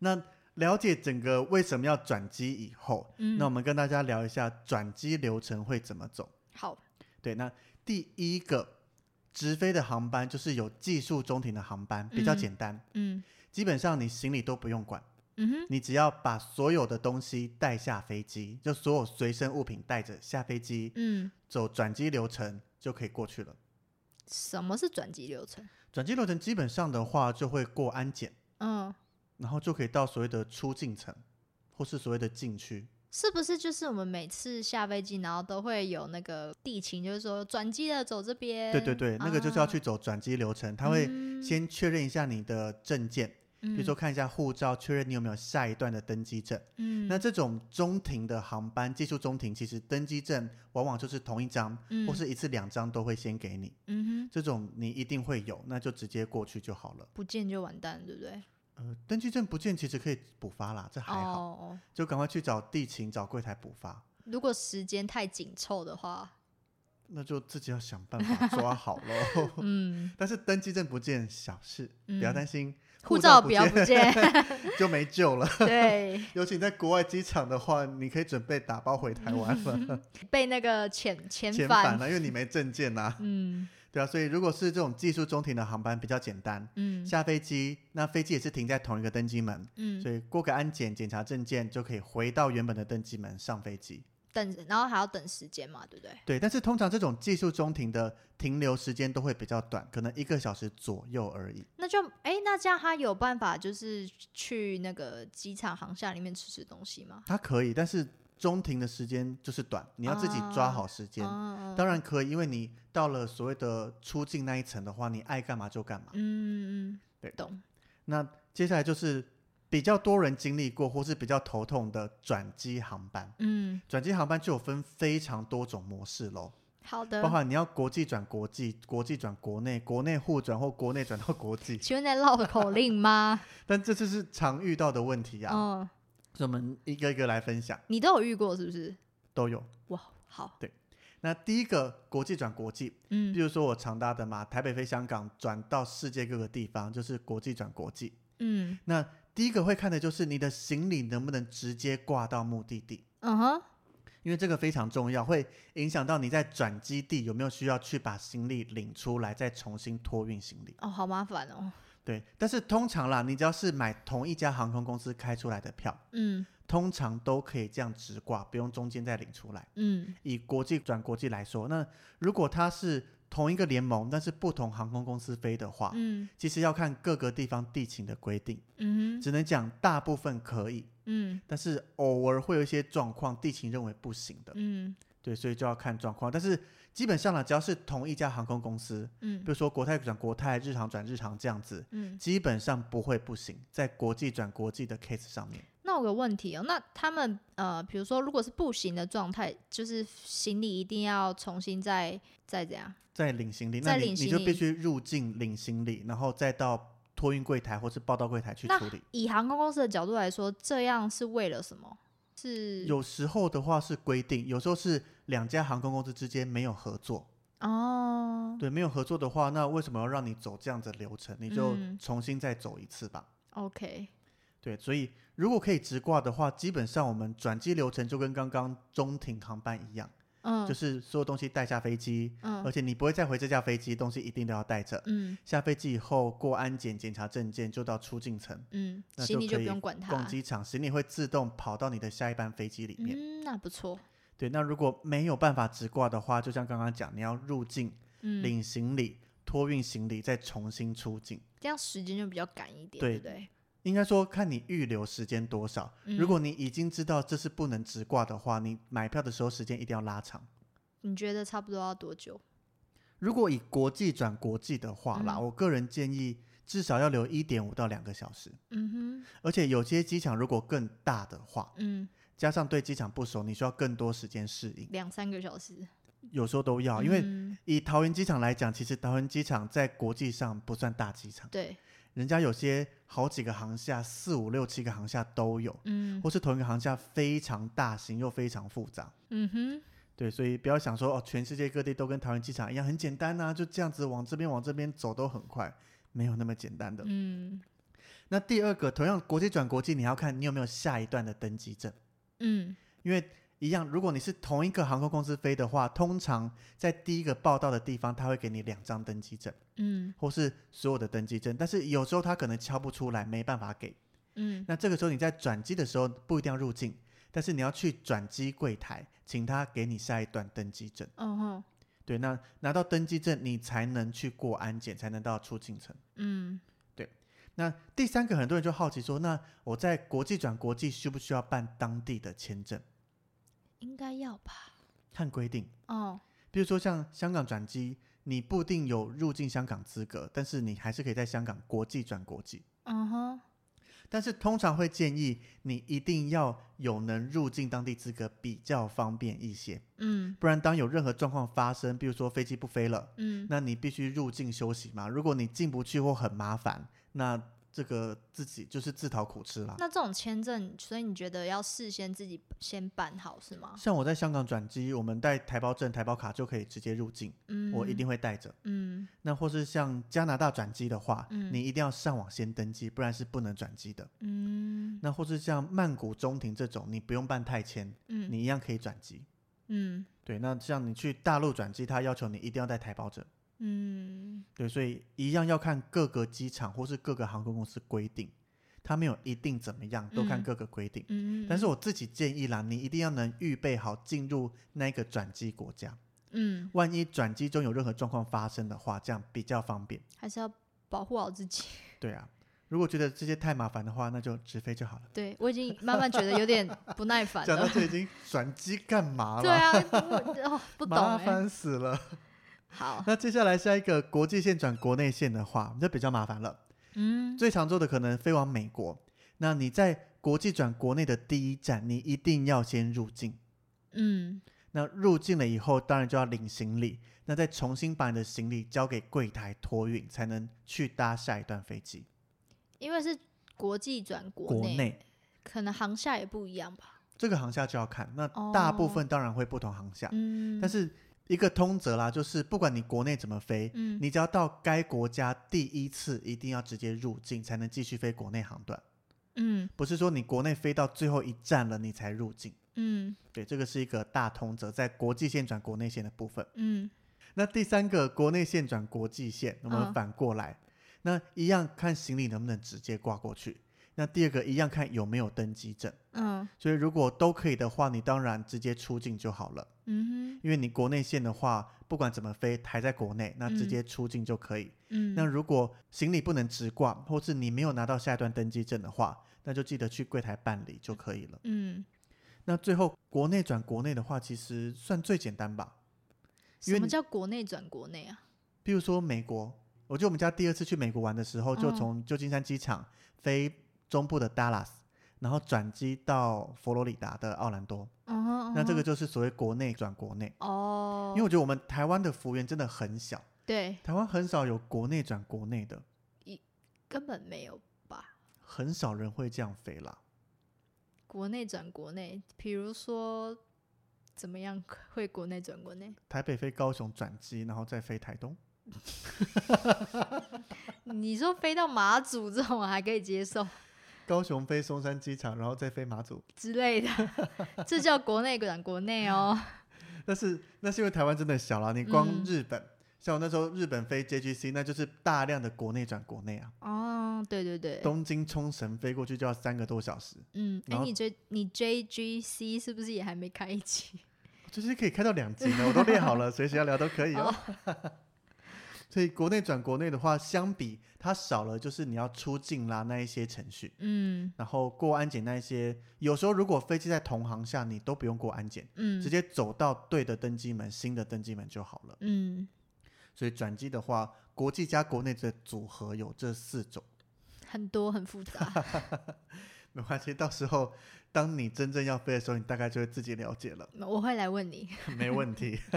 S2: 那了解整个为什么要转机以后，
S1: 嗯，
S2: 那我们跟大家聊一下转机流程会怎么走。
S1: 好，
S2: 对，那第一个直飞的航班就是有技术中停的航班，比较
S1: 嗯
S2: 简单，
S1: 嗯
S2: 基本上你行李都不用管，
S1: 嗯哼，
S2: 你只要把所有的东西带下飞机，就所有随身物品带着下飞机，
S1: 嗯，
S2: 走转机流程就可以过去了。
S1: 什么是转机流程？
S2: 转机流程基本上的话就会过安检，
S1: 嗯，
S2: 然后就可以到所谓的出境层，或是所谓的禁区。
S1: 是不是就是我们每次下飞机，然后都会有那个地勤，就是说转机的走这边？
S2: 对对对，那个就是要
S1: 啊，
S2: 去走转机流程，他会
S1: 嗯
S2: 先确认一下你的证件，比
S1: 比
S2: 如说，看一下护照，确认你有没有下一段的登机证。
S1: 嗯，
S2: 那这种中停的航班，技术中停，其实登机证往往就是同一张，
S1: 嗯
S2: 或是一次两张都会先给你。
S1: 嗯哼，
S2: 这种你一定会有，那就直接过去就好了。
S1: 不见就完蛋，对不对？
S2: 呃，登机证不见其实可以补发啦，这还
S1: 哦
S2: 好，
S1: 哦，
S2: 就赶快去找地勤、找柜台补发，
S1: 如果时间太紧凑的话，
S2: 那就自己要想办 法抓好喽。
S1: 嗯，
S2: 但是登机证不见小事，不要
S1: 嗯
S2: 担心，
S1: 护
S2: 照
S1: 照不要不见，
S2: 就没救了。
S1: 对，
S2: 尤其你在国外机场的话，你可以准备打包回台湾 了，
S1: 被那个遣 遣
S2: 遣
S1: 返
S2: 返，了，因为你没证件呐、
S1: 嗯
S2: 对啊，所以如果是这种技术中停的航班比较简单，
S1: 嗯
S2: 下飞机那飞机也是停在同一个登机门，
S1: 嗯，
S2: 所以过个安检检查证件就可以回到原本的登机门上飞机。
S1: 等，然后还要等时间嘛，对不对？
S2: 对，但是通常这种技术中停的停留时间都会比较短，可能一个小时左右而已。
S1: 那就哎，那这样他有办法就是去那个机场航厦里面吃吃东西吗？
S2: 它可以，但是中停的时间就是短，你要自己抓好时间。
S1: 嗯
S2: 当然可以，因为你到了所谓的出境那一层的话，你爱干嘛就干嘛。
S1: 嗯嗯，
S2: 对
S1: 懂。
S2: 那接下来就是比较多人经历过或是比较头痛的转机航班。
S1: 嗯，
S2: 转机航班就有分非常多种模式喽，
S1: 好
S2: 包
S1: 的。。
S2: 含你要国际转国际，国际转国内，国内互转或国内转到国际
S1: 请问在绕口 令吗？
S2: 但这就是常遇到的问题啊，
S1: 嗯，
S2: 所以我们一个一个来分享，
S1: 你都有遇过是不是？
S2: 都有。
S1: 哇，好，
S2: 那第一个国际转国际，比
S1: 嗯
S2: 如说我常搭的嘛，台北飞香港转到世界各个地方，就是国际转国际。
S1: 嗯
S2: 第一个会看的就是你的行李能不能直接挂到目的地，
S1: 嗯哼，
S2: 因为这个非常重要，会影响到你在转机地有没有需要去把行李领出来，再重新托运行李。
S1: 哦，好麻烦哦。
S2: 对，但是通常啦，你只要是买同一家航空公司开出来的票，
S1: 嗯
S2: 通常都可以这样直挂，不用中间再领出来。
S1: 嗯
S2: 以国际转国际来说，那如果它是同一个联盟，但是不同航空公司飞的话，
S1: 嗯
S2: 其实要看各个地方地勤的规定，
S1: 嗯哼
S2: 只能讲大部分可以，
S1: 嗯
S2: 但是偶尔会有一些状况，地勤认为不行的，
S1: 嗯
S2: 对，所以就要看状况。但是基本上呢，只要是同一家航空公司，比
S1: 嗯
S2: 如说国泰转国泰，日航转日航这样子，
S1: 嗯。
S2: 基本上不会不行，在国际转国际的 case 上面，
S1: 那我有个问题哦，那他们呃，比如说如果是步行的状态，就是行李一定要重新再再怎样？
S2: 在领行李，那
S1: 在
S2: 你
S1: 领
S2: 你
S1: 行
S2: 就
S1: 李
S2: 必须入境领行李，然后再到托运柜台或是报到柜台去
S1: 那
S2: 处理。
S1: 以航空公司的角度来说，这样是为了什么？是
S2: 有时候的话是规定，有时候是两家航空公司之间没有合作。
S1: 哦
S2: 对，没有合作的话，那为什么要让你走这样的流程？你就
S1: 嗯
S2: 重新再走一次吧。
S1: ，OK，
S2: 对，所以如果可以直挂的话，基本上我们转机流程就跟刚刚中停航班一样，
S1: 嗯，
S2: 就是所有东西带下飞机，而
S1: 嗯
S2: 且你不会再回这架飞机，东西一定都要带着。
S1: 嗯
S2: 下飞机以后过安检检查证件，就到出境层
S1: 嗯，
S2: 那
S1: 行
S2: 就
S1: 李
S2: 可
S1: 不
S2: 以
S1: 用管它啊
S2: 逛。机场，行李会自动跑到你的下一班飞机里面。
S1: 嗯，那不错。
S2: 对，那如果没有办法直挂的话，就像刚刚讲，你要入境、
S1: 嗯，
S2: 领行李、托运行李，再重新出境。
S1: 这样时间就比较赶一点，
S2: 对
S1: 对不对？
S2: 应该说看你预留时间多少。如
S1: 嗯
S2: 果你已经知道这是不能直挂的话，你买票的时候时间一定要拉长。
S1: 嗯你觉得差不多要多久？
S2: 如果以国际转国际的话啦，
S1: 嗯
S2: 我个人建议至少要留一点五到两个小时。
S1: 嗯哼，
S2: 而且有些机场如果更大的话，
S1: 嗯，
S2: 加上对机场不熟，你需要更多时间适应，
S1: 两三个小时。
S2: 有时候都啊要。因为
S1: 嗯
S2: 以桃园机场来讲，其实桃园机场在国际上不算大机场，
S1: 对，
S2: 人家有些好几个航厦，四五六七个航厦都有，
S1: 嗯
S2: 或是同一个航厦非常大型又非常复杂。
S1: 嗯哼，
S2: 对，所以不要啊想说哦，全世界各地都跟桃园机场一样很简单呐、就这样子往这边往这边走都很快，没有那么简单的。
S1: 嗯
S2: 那第二个，同样国际转国际，你要看你有没有下一段的登机证，
S1: 嗯
S2: 因为一样，如果你是同一个航空公司飞的话，通常在第一个报到的地方，他会给你两张登机证，
S1: 嗯
S2: 或是所有的登机证，但是有时候他可能敲不出来，没办法给。
S1: 嗯
S2: 那这个时候你在转机的时候不一定要入境，但是你要去转机柜台，请他给你下一段登机证。
S1: 哦吼
S2: 对，那拿到登机证，你才能去过安检，才能到出境城。
S1: 嗯
S2: 那第三个，很多人就好奇说，那我在国际转国际需不需要办当地的签证？
S1: 应该要吧？
S2: 看规定，
S1: 哦
S2: 比如说像香港转机，你不一定有入境香港资格，但是你还是可以在香港国际转国际。
S1: 嗯哼
S2: 但是通常会建议你一定要有能入境当地资格，比较方便一些。
S1: 嗯
S2: 不然当有任何状况发生，比如说飞机不飞了，
S1: 嗯
S2: 那你必须入境休息嘛。如果你进不去或很麻烦，那这个自己就是自讨苦吃啦。
S1: 那这种签证，所以你觉得要事先自己先办好是吗？
S2: 像我在香港转机，我们带台胞证、台胞卡就可以直接入境，
S1: 嗯，
S2: 我一定会带着。
S1: 嗯
S2: 那或是像加拿大转机的话，
S1: 嗯
S2: 你一定要上网先登机，不然是不能转机的。
S1: 嗯
S2: 那或是像曼谷中庭这种，你不用办泰签，
S1: 嗯
S2: 你一样可以转机。
S1: 嗯
S2: 对，那像你去大陆转机，他要求你一定要带台胞证。
S1: 嗯
S2: 对，所以一样要看各个机场或是各个航空公司规定，它没有一定怎么样，都看
S1: 嗯
S2: 各个规定。
S1: 嗯，
S2: 但是我自己建议啦，你一定要能预备好进入那个转机国家，
S1: 嗯
S2: 万一转机中有任何状况发生的话，这样比较方便。
S1: 还是要保护好自己。
S2: 对啊，如果觉得这些太麻烦的话，那就直飞就好了。
S1: 对我已经慢慢觉得有点不耐烦
S2: 讲到
S1: 了。
S2: 这已经转机干 嘛了？
S1: 对 啊，我哦不懂
S2: 麻
S1: 哎、
S2: 烦死了。
S1: 好，
S2: 那接下来下一个国际线转国内线的话，那比较麻烦了。
S1: 嗯
S2: 最常做的可能飞往美国。那你在国际转国内的第一站，你一定要先入境。
S1: 嗯
S2: 那入境了以后，当然就要领行李，那再重新把你的行李交给柜台托运，才能去搭下一段飞机。
S1: 因为是国际转国
S2: 国
S1: 内，
S2: 内
S1: 可能航厦也不一样吧。
S2: 这个航厦就要看，那大部
S1: 哦
S2: 分当然会不同航厦，
S1: 嗯，
S2: 但是一个通则啦，就是不管你国内怎么飞，
S1: 嗯
S2: 你只要到该国家第一次，一定要直接入境，才能继续飞国内航段，
S1: 嗯
S2: 不是说你国内飞到最后一站了，你才入境。
S1: 嗯
S2: 对，这个是一个大通则，在国际线转国内线的部分。
S1: 嗯
S2: 那第三个，国内线转国际线，我们
S1: 嗯
S2: 反过来，那一样看行李能不能直接挂过去。那第二个，一样看有没有登机证。
S1: 嗯
S2: 所以如果都可以的话，你当然直接出境就好了，
S1: 嗯
S2: 因为你国内线的话，不管怎么飞，还在国内，那直
S1: 嗯
S2: 接出境就可以。
S1: 哼嗯，
S2: 那如果行李不能直挂，或是你没有拿到下一段登机证的话，那就记得去柜台办理就可以了。
S1: 嗯，
S2: 那最后国内转国内的话，其实算最简单吧。因为
S1: 什么
S2: 你
S1: 叫国内转国内啊？
S2: 比如说美国，我记得我们家第二次去美国玩的时候，就
S1: 嗯
S2: 从旧金山机场飞中部的 Dallas，然后转机到佛罗里达的奥兰多。
S1: 嗯哼，
S2: 那这个
S1: 嗯
S2: 就是所谓国内转国内，
S1: 哼哦，
S2: 因为我觉得我们台湾的服务员真的很小，
S1: 对
S2: 台湾很少有国内转国内的，
S1: 根本没有吧？
S2: 很少人会这样飞啦。
S1: 国内转国内，比如说怎么样会国内转国内？
S2: 台北飞高雄转机，然后再飞台东。
S1: 你说飞到马祖这种我还可以接受
S2: 高雄飞松山机场，然后再飞马祖，
S1: 之类的， 这叫国内转国内哦。
S2: 但是那是因为台湾真的小啦，你光
S1: 嗯
S2: 日本，像我那时候日本飞 JGC，那就是大量的国内转国内啊，
S1: 哦，对对对，
S2: 东京冲绳飞过去就要三个多小时，
S1: 嗯，哎、
S2: 然后
S1: 你 J 你 JGC 是不是也还没开一期？
S2: 就是可以开到两集呢，我都列好了，随时要聊都可以哦。 所以国内转国内的话，相比它少了就是你要出境啦那一些程序，
S1: 嗯
S2: 然后过安检那一些，有时候如果飞机在同航下，你都不用过安检，直
S1: 嗯
S2: 接走到对的登机门、新的登机门就好了。
S1: 嗯，
S2: 所以转机的话，国际加国内的组合有这四种。
S1: 很多很复杂。
S2: 没关系，到时候当你真正要飞的时候，你大概就会自己了解了，
S1: 我会来问你。
S2: 没问题。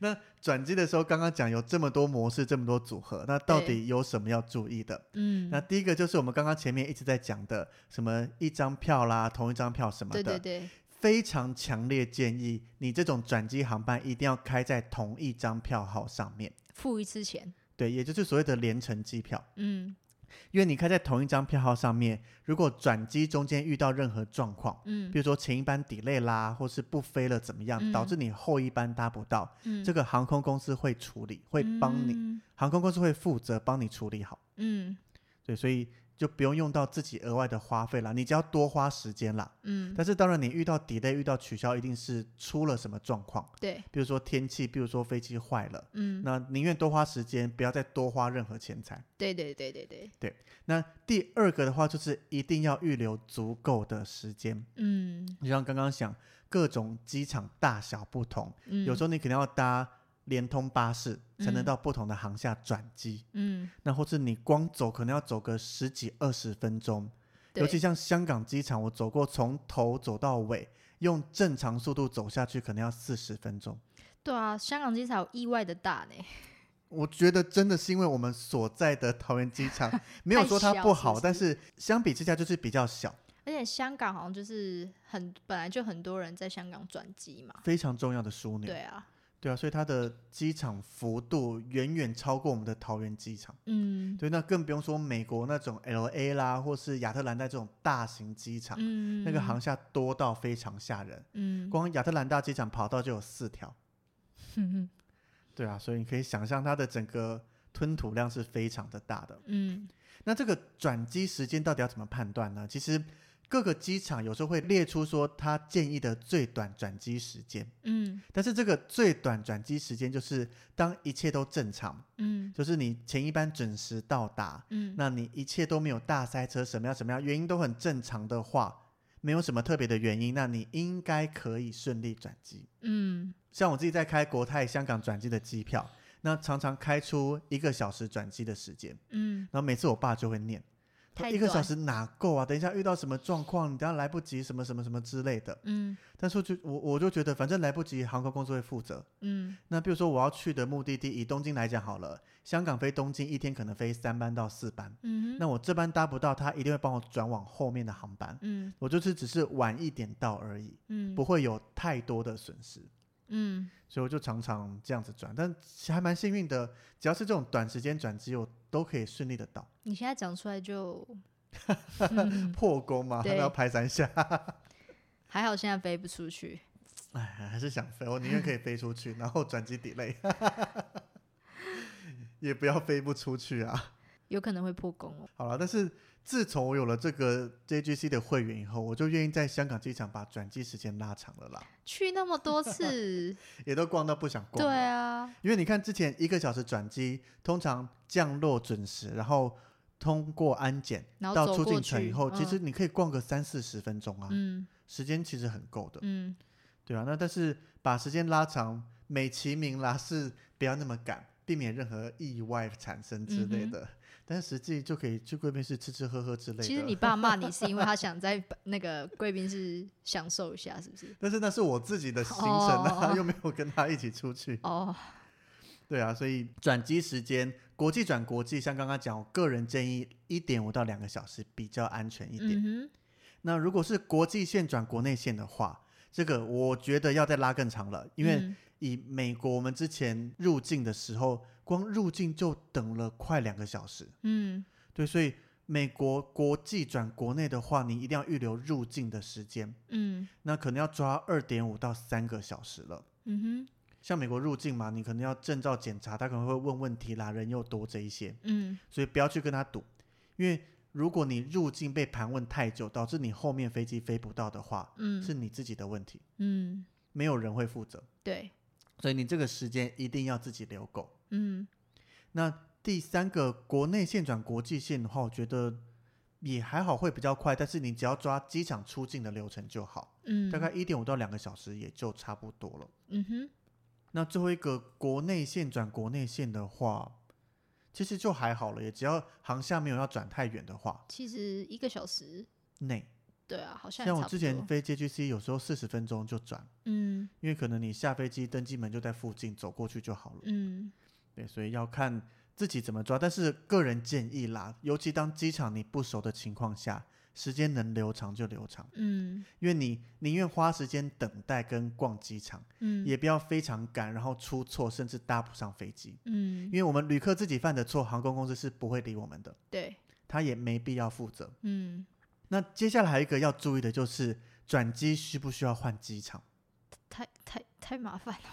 S2: 那转机的时候，刚刚讲有这么多模式，这么多组合，那到
S1: 对
S2: 底有什么要注意的？
S1: 嗯
S2: 那，第一个就是我们刚刚前面一直在讲的，什么一张票啦，同一张票什么的，
S1: 对对对，
S2: 非常强烈建议你这种转机航班一定要开在同一张票号上面。
S1: 付一次钱。
S2: 对，也就是所谓的联程机票。
S1: 嗯
S2: 因为你看在同一张票号上面，如果转机中间遇到任何状况，
S1: 嗯
S2: 比如说前一班 delay 啦，或是不飞了怎么样，
S1: 嗯
S2: 导致你后一班搭不到，
S1: 嗯，
S2: 这
S1: 个
S2: 个航空公司会处理，会帮你，
S1: 你，
S2: 航空公司会负责帮你处理好。
S1: 嗯
S2: 对，所以就不用用到自己额外的花费啦，你只要多花时间啦。
S1: 嗯，
S2: 但是当然，你遇到 delay、遇到取消，一定是出了什么状况，
S1: 对，
S2: 比如说天气，比如说飞机坏了，
S1: 嗯，
S2: 那宁愿多花时间，不要再多花任何钱财。
S1: 对对对对对，
S2: 那第二个的话，就是一定要预留足够的时间。
S1: 嗯
S2: 就像刚刚讲，各种机场大小不同，
S1: 嗯，
S2: 有时
S1: 候
S2: 候你可能要搭联通巴士才能
S1: 嗯
S2: 到不同的航厦转机，
S1: 嗯，
S2: 那或是你光走可能要走个十几二十分钟。尤
S1: 对
S2: 其像香港机场，我走过从头走到尾，用正常速度走下去可能要四十分钟。
S1: 对啊，香港机场有意外的大呢，
S2: 我觉得真的是因为我们所在的桃园机 场没有
S1: 太
S2: 说它
S1: 小
S2: 不
S1: 是不
S2: 好，但是相比之下就是比较小，
S1: 而且香港好像就是很本来就很多人在香港转机嘛，
S2: 非常重要的枢纽。
S1: 对啊，
S2: 对啊，所以它的机场幅度远远超过我们的桃园机场。
S1: 嗯
S2: 对，那更不用说美国那种 L A 啦，或是亚特兰大这种大型机场，
S1: 嗯，
S2: 啊那个航厦多到非常吓人。
S1: 嗯，
S2: 光亚特兰大机场跑道就有四条。
S1: 嗯
S2: 对啊，所以你可以想象它的整个吞吐量是非常的大的。
S1: 嗯
S2: 那这个转机时间到底要怎么判断呢？其实各个机场有时候会列出说它建议的最短转机时间，
S1: 嗯
S2: 但是这个最短转机时间就是当一切都正常，
S1: 嗯
S2: 就是你前一班准时到达，
S1: 嗯，
S2: 那你一切都没有大塞车，什么样什么样原因都很正常的话，没有什么特别的原因，那你应该可以顺利转机。
S1: 嗯
S2: 像我自己在开国泰香港转机的机票，那常常开出一个小时转机的时间，
S1: 嗯，
S2: 然后每次我爸就会念，他
S1: 太
S2: 一个小
S1: 短
S2: 时哪够啊？等一下遇到什么状况，你等一下来不及什么什么什么之类的。
S1: 嗯
S2: 但是我就我我就觉得，反正来不及，航空公司会负责。
S1: 嗯
S2: 那比如说我要去的目的地，以东京来讲好了，香港飞东京一天可能飞三班到四班，
S1: 嗯
S2: 那我这班搭不到，他一定会帮我转往后面的航班。
S1: 嗯
S2: 我就是只是晚一点到而已，
S1: 嗯
S2: 不会有太多的损失。
S1: 嗯
S2: 所以我就常常这样子转，但其实还蛮幸运的，只要是这种短时间转机，我都可以顺利的到。
S1: 你现在讲出 来就
S2: 破功嘛，还
S1: 对
S2: 要拍三下，
S1: 还好，现在飞不出去。
S2: 哎，还是想飞，我宁愿可以飞出去，然后转机 delay，也不要飞不出去啊。
S1: 有可能会破功哦。
S2: 好了，但是自从我有了这个 JGC 的会员以后，我就愿意在香港机场把转机时间拉长了啦，
S1: 去那么 多次，
S2: 也都逛到不想逛
S1: 对
S2: 了。
S1: 啊，
S2: 因为你看之前一个小时转机，通常降落准时，然后通过安检
S1: 然后
S2: 到
S1: 走
S2: 出
S1: 过
S2: 境城
S1: 去
S2: 以后，其
S1: 嗯
S2: 实你可以逛个三四十分钟啊，
S1: 嗯
S2: 时间其实很够的，
S1: 嗯
S2: 对啊，那但是把时间拉长，美其名啦是不要那么赶，避免任何意外产生之类
S1: 嗯哼
S2: 的。但实际就可以去贵宾室吃吃喝喝之类的。
S1: 其实你爸骂你是因为他想在那个贵宾室享受一下，是不是？
S2: 但是那是我自己的行程啊，
S1: 哦
S2: 又没有跟他一起出去。
S1: 哦，
S2: 对啊，所以转机时间，国际转国际，像刚刚讲，我个人建议一点五到两个小时比较安全一点。
S1: 嗯哼，
S2: 那如果是国际线转国内线的话，这个我觉得要再拉更长了，因为
S1: 嗯
S2: 以美国我们之前入境的时候，光入境就等了快两个小时。
S1: 嗯
S2: 对，所以美国国际转国内的话，你一定要预留入境的时间，
S1: 嗯
S2: 那可能要抓二点五到三个小时了。
S1: 嗯哼，
S2: 像美国入境嘛，你可能要证照检查，他可能会问问题啦，人又多这一些，
S1: 嗯
S2: 所以不要去跟他赌，因为如果你入境被盘问太久，导致你后面飞机飞不到的话，
S1: 嗯
S2: 是你自己的问题，
S1: 嗯，
S2: 没有人会负责，
S1: 对，
S2: 所以你这个时间一定要自己留够。
S1: 嗯
S2: 那第三个国内线转国际线的话，我觉得也还好，会比较快，但是你只要抓机场出境的流程就好，
S1: 嗯，
S2: 大概一点五到两个小时也就差不多了。
S1: 嗯哼，
S2: 那最后一个国内线转国内线的话，其实就还好了，也只要航厦没有要转太远的话，
S1: 其实一个小时，
S2: 内
S1: 对啊，好像也
S2: 像我
S1: 差不
S2: 之前
S1: 多
S2: 飞 JGC 有时候四十分钟就转，
S1: 嗯
S2: 因为可能你下飞机登机门就在附近，走过去就好了。
S1: 嗯
S2: 对，所以要看自己怎么抓，但是个人建议啦，尤其当机场你不熟的情况下，时间能留长就留长，
S1: 嗯
S2: 因为你宁愿花时间等待跟逛机场，
S1: 嗯
S2: 也不要非常赶，然后出错甚至搭不上飞机。
S1: 嗯
S2: 因，为我们旅客自己犯的错，航空公司是不会理我们的，
S1: 对，
S2: 他也没必要负责。
S1: 嗯，
S2: 那接下来还有一个要注意的就是，转机需不需要换机场？
S1: 太太太麻烦了。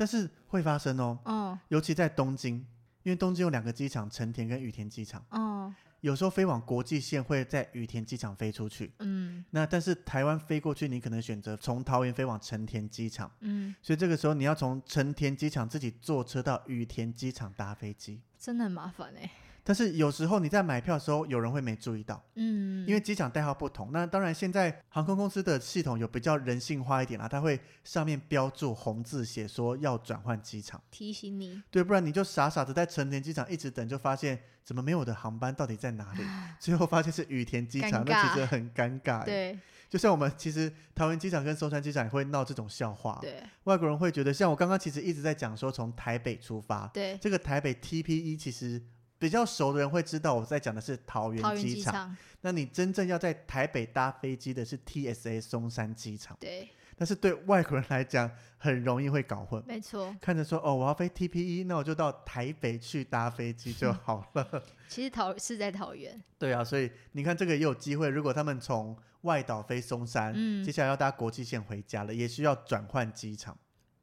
S2: 但是会发生哦，
S1: 哦
S2: 尤其在东京，因为东京有两个机场，成田跟羽田机场，
S1: 哦，
S2: 有时候飞往国际线会在羽田机场飞出去。
S1: 嗯
S2: 那但是台湾飞过去，你可能选择从桃园飞往成田机场，
S1: 嗯，
S2: 所以这个时候你要从成田机场自己坐车到羽田机场搭飞机。
S1: 真的很麻烦哎、
S2: 但是有时候你在买票的时候，有人会没注意到，
S1: 嗯，
S2: 因为机场代号不同。那当然，现在航空公司的系统有比较人性化一点啦、它会上面标注红字写说要转换机场，
S1: 提醒你，
S2: 对，不然你就傻傻的在成田机场一直等，就发现怎么没有我的航班到底在哪里？最后发现是羽田机场，
S1: 啊尴
S2: 那
S1: 尬
S2: 其实很尴尬。，欸
S1: 对
S2: 就像我们其实桃园机场跟松山机场也会闹这种笑话，
S1: 对
S2: 外国人会觉得，像我刚刚其实一直在讲说从台北出发，
S1: 对，
S2: 这个台北 TPE 其实比较熟的人会知道我在讲的是桃
S1: 桃
S2: 园
S1: 园
S2: 机
S1: 机
S2: 场。
S1: 场，
S2: 那你真正要在台北搭飞机的是 TSA 松山机场，
S1: 对，
S2: 但是对外国人来讲很容易会搞混。
S1: 没错。
S2: 看着说哦，我要飞 TPE，那我就到台北去搭飞机就好了。
S1: 其实桃是在桃园，
S2: 对啊，所以你看这个也有机会，如果他们从外岛飞松山，
S1: 嗯
S2: 接下来要搭国际线回家了，也需要转换机场。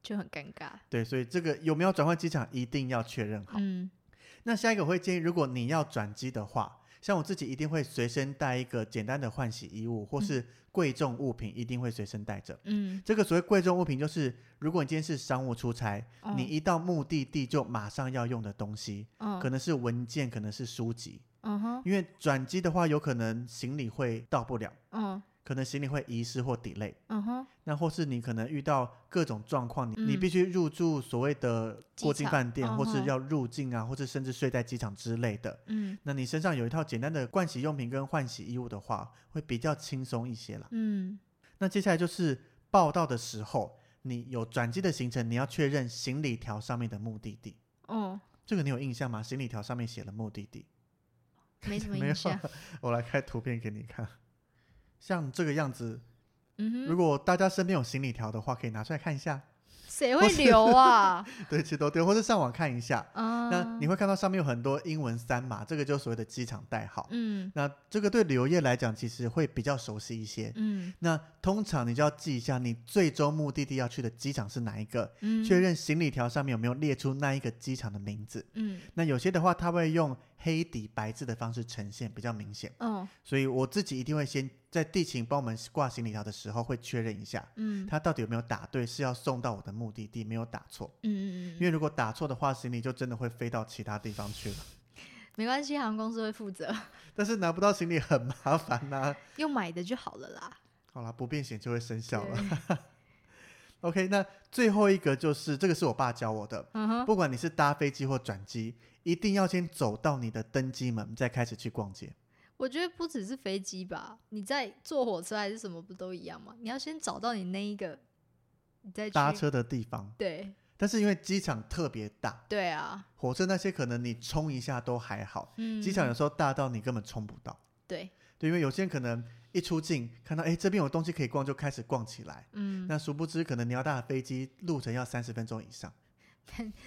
S1: 就很尴尬。
S2: 对，所以这个有没有转换机场一定要确认好。
S1: 嗯
S2: 那下一个我会建议，如果你要转机的话，像我自己一定会随身带一个简单的换洗衣物，或是贵重物品一定会随身带着。
S1: 嗯，
S2: 这个所谓贵重物品，就是如果你今天是商务出差，
S1: 哦
S2: 你一到目的地就马上要用的东西，可
S1: 嗯
S2: 能是文件，可能是书籍。
S1: 嗯哼
S2: 因为转机的话，有可能行李会到不了，
S1: 嗯
S2: 可能行李会遗失或 delay。
S1: 嗯哼
S2: 那或是你可能遇到各种状况，你、你
S1: 嗯
S2: 必须入住所谓的过
S1: 机
S2: 境
S1: 场
S2: 饭店，或
S1: 嗯
S2: 是
S1: 哼
S2: 要入境啊，或是甚至睡在机场之类的。
S1: 嗯
S2: 那你身上有一套简单的盥洗用品跟换洗衣物的话，会比较轻松一些啦。
S1: 嗯
S2: 那接下来就是报到的时候，你有转机的行程，你要确认行李条上面的目的地。
S1: 哦，
S2: 这个你有印象吗？行李条上面写了目的地，
S1: 没什 么
S2: 没有啊
S1: 印象。？
S2: 我来开图片给你看。像这个样子，
S1: 嗯
S2: 如
S1: 哼，
S2: 果大家身边有行李条的话，可以拿出来看一下。
S1: 谁会留 啊？
S2: 对，其实都对，或是上网看一下。
S1: 啊，
S2: 那你会看到上面有很多英文三码，这个就是所谓的机场代号。
S1: 嗯
S2: 那这个对旅游业来讲，其实会比较熟悉一些。
S1: 嗯
S2: 那通常你就要记一下，你最终目的地要去的机场是哪一个，
S1: 嗯，
S2: 确认行李条上面有没有列出那一个机场的名字。
S1: 嗯
S2: 那有些的话，它会用黑底白字的方式呈现，比较明显。
S1: 哦
S2: 所以我自己一定会先在地勤帮我们挂行李条的时候，会确认一下，
S1: 嗯
S2: 它到底有没有打对，是要送到我的目的地，没有打错。
S1: 嗯嗯
S2: 因为如果打错的话，行李就真的会飞到其他地方 去了。
S1: 没关系，航空公司会负责，
S2: 但是拿不到行李很麻烦呐、
S1: 用买的就好了啦。
S2: 好啦，不便险就会生效了。
S1: 对
S2: OK，那最后一个就是这个是我爸教我的，
S1: 嗯哼，
S2: 不管你是搭飞机或转机，一定要先走到你的登机门，再开始去逛街。
S1: 我觉得不只是飞机吧，你在坐火车还是什么，不都一样吗？你要先找到你那一个，你再去
S2: 搭。车的地方，
S1: 对
S2: 但是因为机场特别大，
S1: 对啊，
S2: 火车那些可能你冲一下都还好，
S1: 嗯，
S2: 机场有时候大到你根本冲不到。
S1: 对，
S2: 对，因为有些人可能一出境看到，哎，这边有东西可以逛，就开始逛起来。
S1: 嗯，
S2: 那殊不知，可能你要搭的飞机路程要三十分钟以上。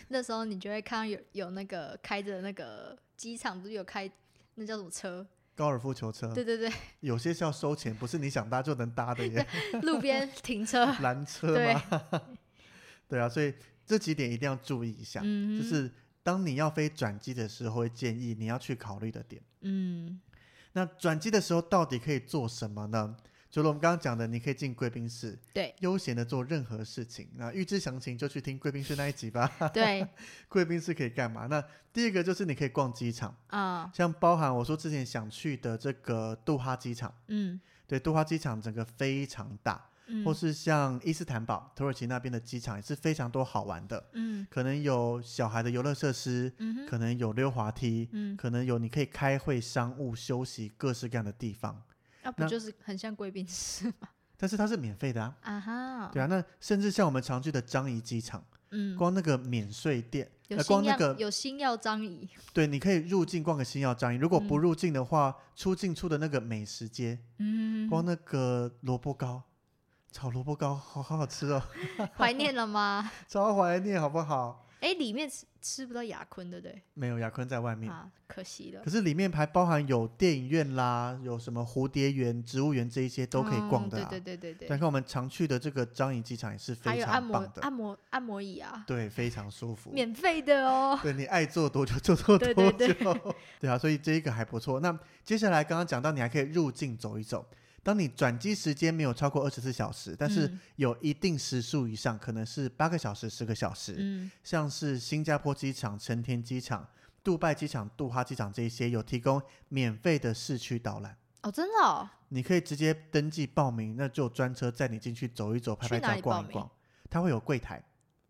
S1: 那时候你就会看到有有那个开着那个机场不是有开那叫什么车？
S2: 高尔夫球车
S1: 对对 对，
S2: 有些是要收钱，不是你想搭就能搭的耶，
S1: 路边停 车，
S2: 拦车
S1: 对
S2: 嘛。对啊，所以这几点一定要注意一下，
S1: 嗯
S2: 就
S1: 哼，
S2: 是当你要飞转机的时候，会建议你要去考虑的点。
S1: 嗯
S2: 那转机的时候到底可以做什么呢？除了我们刚刚讲的，你可以进贵宾室，
S1: 对，
S2: 悠闲的做任何事情。那预知详情就去听贵宾室那一集吧。
S1: 对
S2: 贵宾室可以干嘛？那第一个就是你可以逛机场。
S1: 啊，
S2: 像包含我说之前想去的这个杜哈机场，
S1: 嗯
S2: 对，杜哈机场整个非常大，
S1: 嗯，
S2: 或是像伊斯坦堡、土耳其那边的机场也是非常多好玩的，
S1: 嗯
S2: 可能有小孩的游乐设施，
S1: 嗯哼
S2: 可能有溜滑梯，
S1: 嗯，
S2: 可能有你可以开会、商务、休息各式各样的地方，
S1: 那不
S2: 那
S1: 就是很像贵宾室吗？
S2: 但是它是免费的啊，
S1: 啊哈，
S2: 对啊，那甚至像我们常去的樟宜机场，
S1: 嗯，
S2: 光那个免税店，
S1: 有
S2: 呃光
S1: 星
S2: 那
S1: 耀、
S2: 个
S1: 有星耀张 仪，
S2: 对，你可以入境逛个星耀张仪，如果不
S1: 嗯
S2: 入境的话，出进出的那个美食街，
S1: 嗯，
S2: 光那个萝卜糕，炒萝卜糕好好好吃哦，
S1: 怀念了吗？
S2: 超怀念，好不好？
S1: 哎、里面吃吃不到雅坤，对不对？
S2: 没有，雅坤在外面，
S1: 啊，可惜了
S2: 可，是里面还包含有电影院啦，有什么蝴蝶园、植物园这一些都可以逛的、啊
S1: 嗯对对对对
S2: 但
S1: 对，
S2: 看我们常去的这个张仪机场也是
S1: 还
S2: 非
S1: 有按
S2: 常
S1: 摩
S2: 棒的，
S1: 按摩按摩椅啊，
S2: 对，非常舒 服。
S1: 免费的哦。
S2: 对你爱做多久就做多久，
S1: 对对
S2: 对啊，所以这一个还不错。那接下来刚刚讲到，你还可以入境走一走。当你转机时间没有超过二十四小时，但是
S1: 嗯
S2: 有一定时数以上，可能是八个小时、十个小时，
S1: 嗯
S2: 像是新加坡机场、成田机场、杜拜机场、杜哈机场这一些有提供免费的市区导览，
S1: 哦，真的哦，
S2: 你可以直接登记报名，那就有专车载你进去走一走、拍
S1: 去
S2: 拍
S1: 哪
S2: 照、
S1: 里
S2: 逛
S1: 报
S2: 一逛。它会有柜台，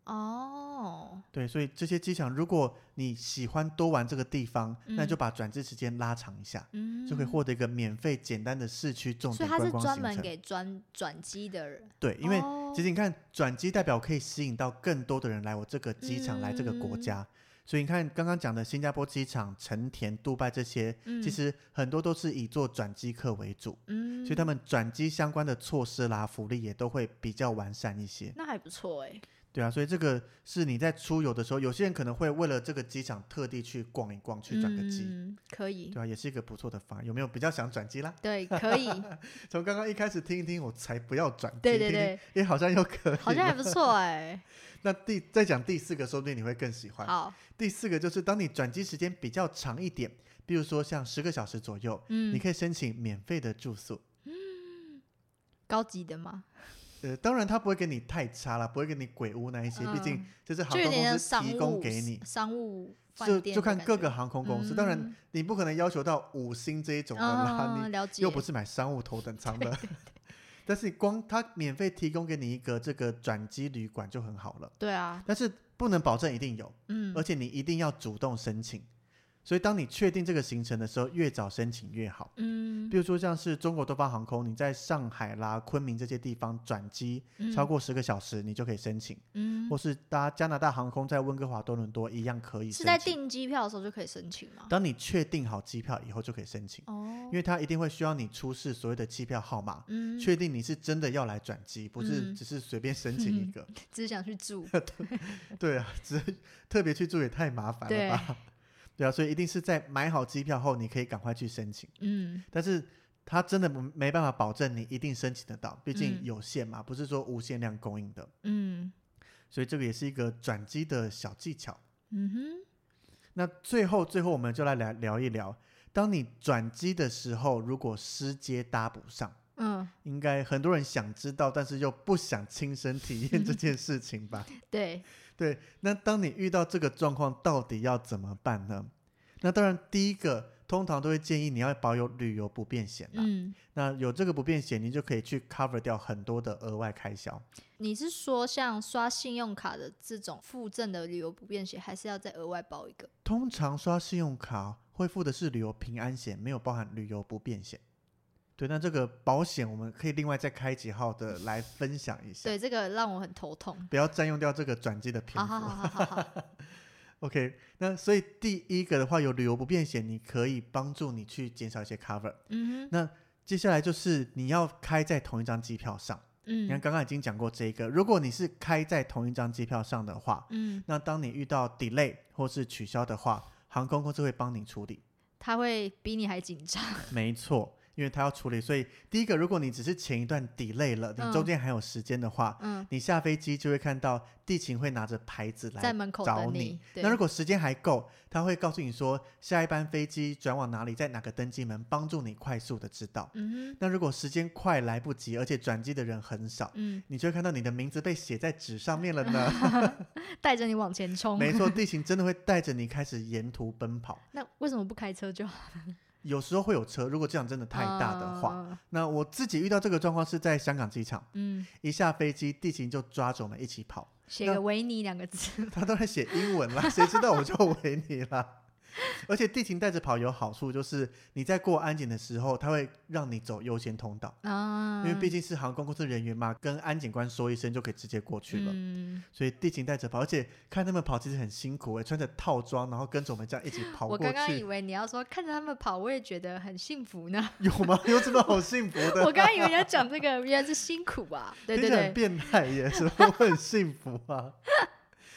S1: 哦，
S2: 对，所以这些机场，如果你喜欢多玩这个地方，那就
S1: 嗯
S2: 把转机时间拉长一下，
S1: 嗯，
S2: 就可以获得一个免费简单的市区重
S1: 所
S2: 点
S1: 以他
S2: 观
S1: 是
S2: 光
S1: 专
S2: 行
S1: 门
S2: 程。
S1: 给专转机的人，
S2: 对，因为
S1: 哦
S2: 其实你看转机代表可以吸引到更多的人来我这个机场，来这个国
S1: 嗯
S2: 家。所以你看刚刚讲的新加坡机场、成田、杜拜这些，
S1: 嗯
S2: 其实很多都是以做转机客为主，
S1: 嗯，
S2: 所以他们转机相关的措施啦、福利也都会比较完善一些。
S1: 那还不错哎、
S2: 对啊，所以这个是你在出游的时候，有些人可能会为了这个机场特地去逛一逛，去转个机，
S1: 嗯，可以，
S2: 对啊，也是一个不错的方案。有没有比较想转机啦？
S1: 对，可 以，
S2: 从刚刚一开始听一听，我才不要转机，
S1: 对对
S2: 听听
S1: 对，
S2: 也好像又可以。
S1: 好像还不错 哎、
S2: 那第再讲第四个，说不定你会更喜欢。
S1: 好，
S2: 第四个就是当你转机时间比较长一点，比如说像十个小时左右，你
S1: 嗯，
S2: 可以申请免费的住宿。
S1: 高级的嘛，
S2: 呃，当然他不会给你太差啦，不会给你鬼屋那一些，毕竟
S1: 嗯
S2: 这是航
S1: 就有
S2: 空公
S1: 点像
S2: 司
S1: 商
S2: 提供
S1: 务
S2: 给你。
S1: 商务饭
S2: 就
S1: 店的
S2: 就看
S1: 感
S2: 各
S1: 觉
S2: 个航空公司，当然
S1: 嗯
S2: 你不可能要求到五星这一种的啦，
S1: 啊
S2: 你
S1: 了解，
S2: 又不是买商务头等舱的。 但是光它免费提供给你一个这个转机旅馆就很好了，
S1: 对啊，
S2: 但是不能保证一定有，
S1: 嗯
S2: 而，且你一定要主动申请。所以当你确定这个行程的时候，越早申请越好。
S1: 嗯
S2: 比，如说像是中国东方航空，你在上海啦、昆明这些地方转机
S1: 嗯
S2: 超过十个小时，你就可以申请；
S1: 嗯
S2: 或，是搭加拿大航空在温哥华、多伦多一样可以申
S1: 是
S2: 请。
S1: 在订机票的时候就可以申请吗？
S2: 当你确定好机票以后，就可以申请，
S1: 哦
S2: 因，为它一定会需要你出示所谓的机票号码，
S1: 嗯，
S2: 确定你是真的要来转机，不是
S1: 嗯
S2: 只是随便申请一个。
S1: 只是想去住，
S2: 对啊，只是特别去住也太麻烦了吧？对啊，所以一定是在买好机票后，你可以赶快去申请。
S1: 嗯
S2: 但是它真的没没办法保证你一定申请得到，毕竟
S1: 嗯
S2: 有限嘛，不是说无限量供应的。
S1: 嗯
S2: 所以这个也是一个转机的小技巧。
S1: 嗯哼，
S2: 那最后，最后我们就来聊聊一聊，当你转机的时候，如果失接搭不上，
S1: 嗯，
S2: 应该很多人想知道，但是又不想亲身体验这 件事情吧？
S1: 对，
S2: 对。那当你遇到这个状况，到底要怎么办呢？那当然，第一个通常都会建议你要保有旅游不便险啦。
S1: 嗯，
S2: 那有这个不便险，你就可以去 cover 掉很多的额外开销。
S1: 你是说像刷信用卡的这种附赠的旅游不便险，还是要再额外包一个？
S2: 通常刷信用卡会付的是旅游平安险，没有包含旅游不便险。对，那这个保险我们可以另外再开几号 的来分享一下，
S1: 对，这个让我很头痛。
S2: 不要占用掉这个转机的篇
S1: 好
S2: 幅。
S1: 好好好好好，
S2: OK，那所以第一个的话有旅游不便险，你可以帮助你去减少一些 cover。
S1: 嗯哼，
S2: 接下来就是你要开在同一张机票上，你看
S1: 嗯
S2: 刚刚已经讲过这一个，如果你是开在同一张机票上的话，
S1: 嗯，
S2: 那当你遇到 delay 或是取消的话，航空公司会帮你处理。
S1: 他会比你还紧张。
S2: 没错，因为他要处理，所以第一个，如果你只是前一段 delay 了，你
S1: 嗯
S2: 中间还有时间的话，
S1: 嗯，
S2: 你下飞机就会看到地勤会拿着牌子
S1: 在
S2: 来。
S1: 门口
S2: 找
S1: 等
S2: 你
S1: 你。对
S2: 那如果时间还够，他会告诉你说下一班飞机转往哪里，在哪个登机门，帮助你快速的知道。
S1: 嗯哼，
S2: 那如果时间快来不及，而且转机的人很少，
S1: 嗯，
S2: 你就会看到你的名字被写在纸上面了呢。
S1: 带着你往前冲。
S2: 没错，地勤真的会带着你开始沿途奔跑。
S1: 那为什么不开车就好？
S2: 有时候会有车，如果这样真的太大的话，
S1: 嗯，
S2: 那我自己遇到这个状况是在香港机场，
S1: 嗯，
S2: 一下飞机，地勤就抓着我们一起跑。
S1: 写
S2: 那
S1: 个维尼两个字。
S2: 他当然写英文啦，谁知道我叫维尼啦？而且地勤带着跑有好处，就是你在过安检的时候，它会让你走优先通道，
S1: 啊，
S2: 因为毕竟是航空公司人员嘛，跟安检官说一声就可以直接过去了。
S1: 嗯，
S2: 所以地勤带着跑，而且看他们跑其实很辛苦诶、欸穿着套装，然后跟着我们这样一起跑
S1: 我
S2: 过
S1: 刚刚以
S2: 去，
S1: 为你要说看着他们跑，我也觉得很幸福呢。
S2: 有吗？ 有什么好幸福的？
S1: 我刚刚以为 你要讲这个，原来是辛苦吧？对
S2: 听
S1: 对
S2: 起来很
S1: 对，
S2: 变态耶，怎么 会很幸福啊？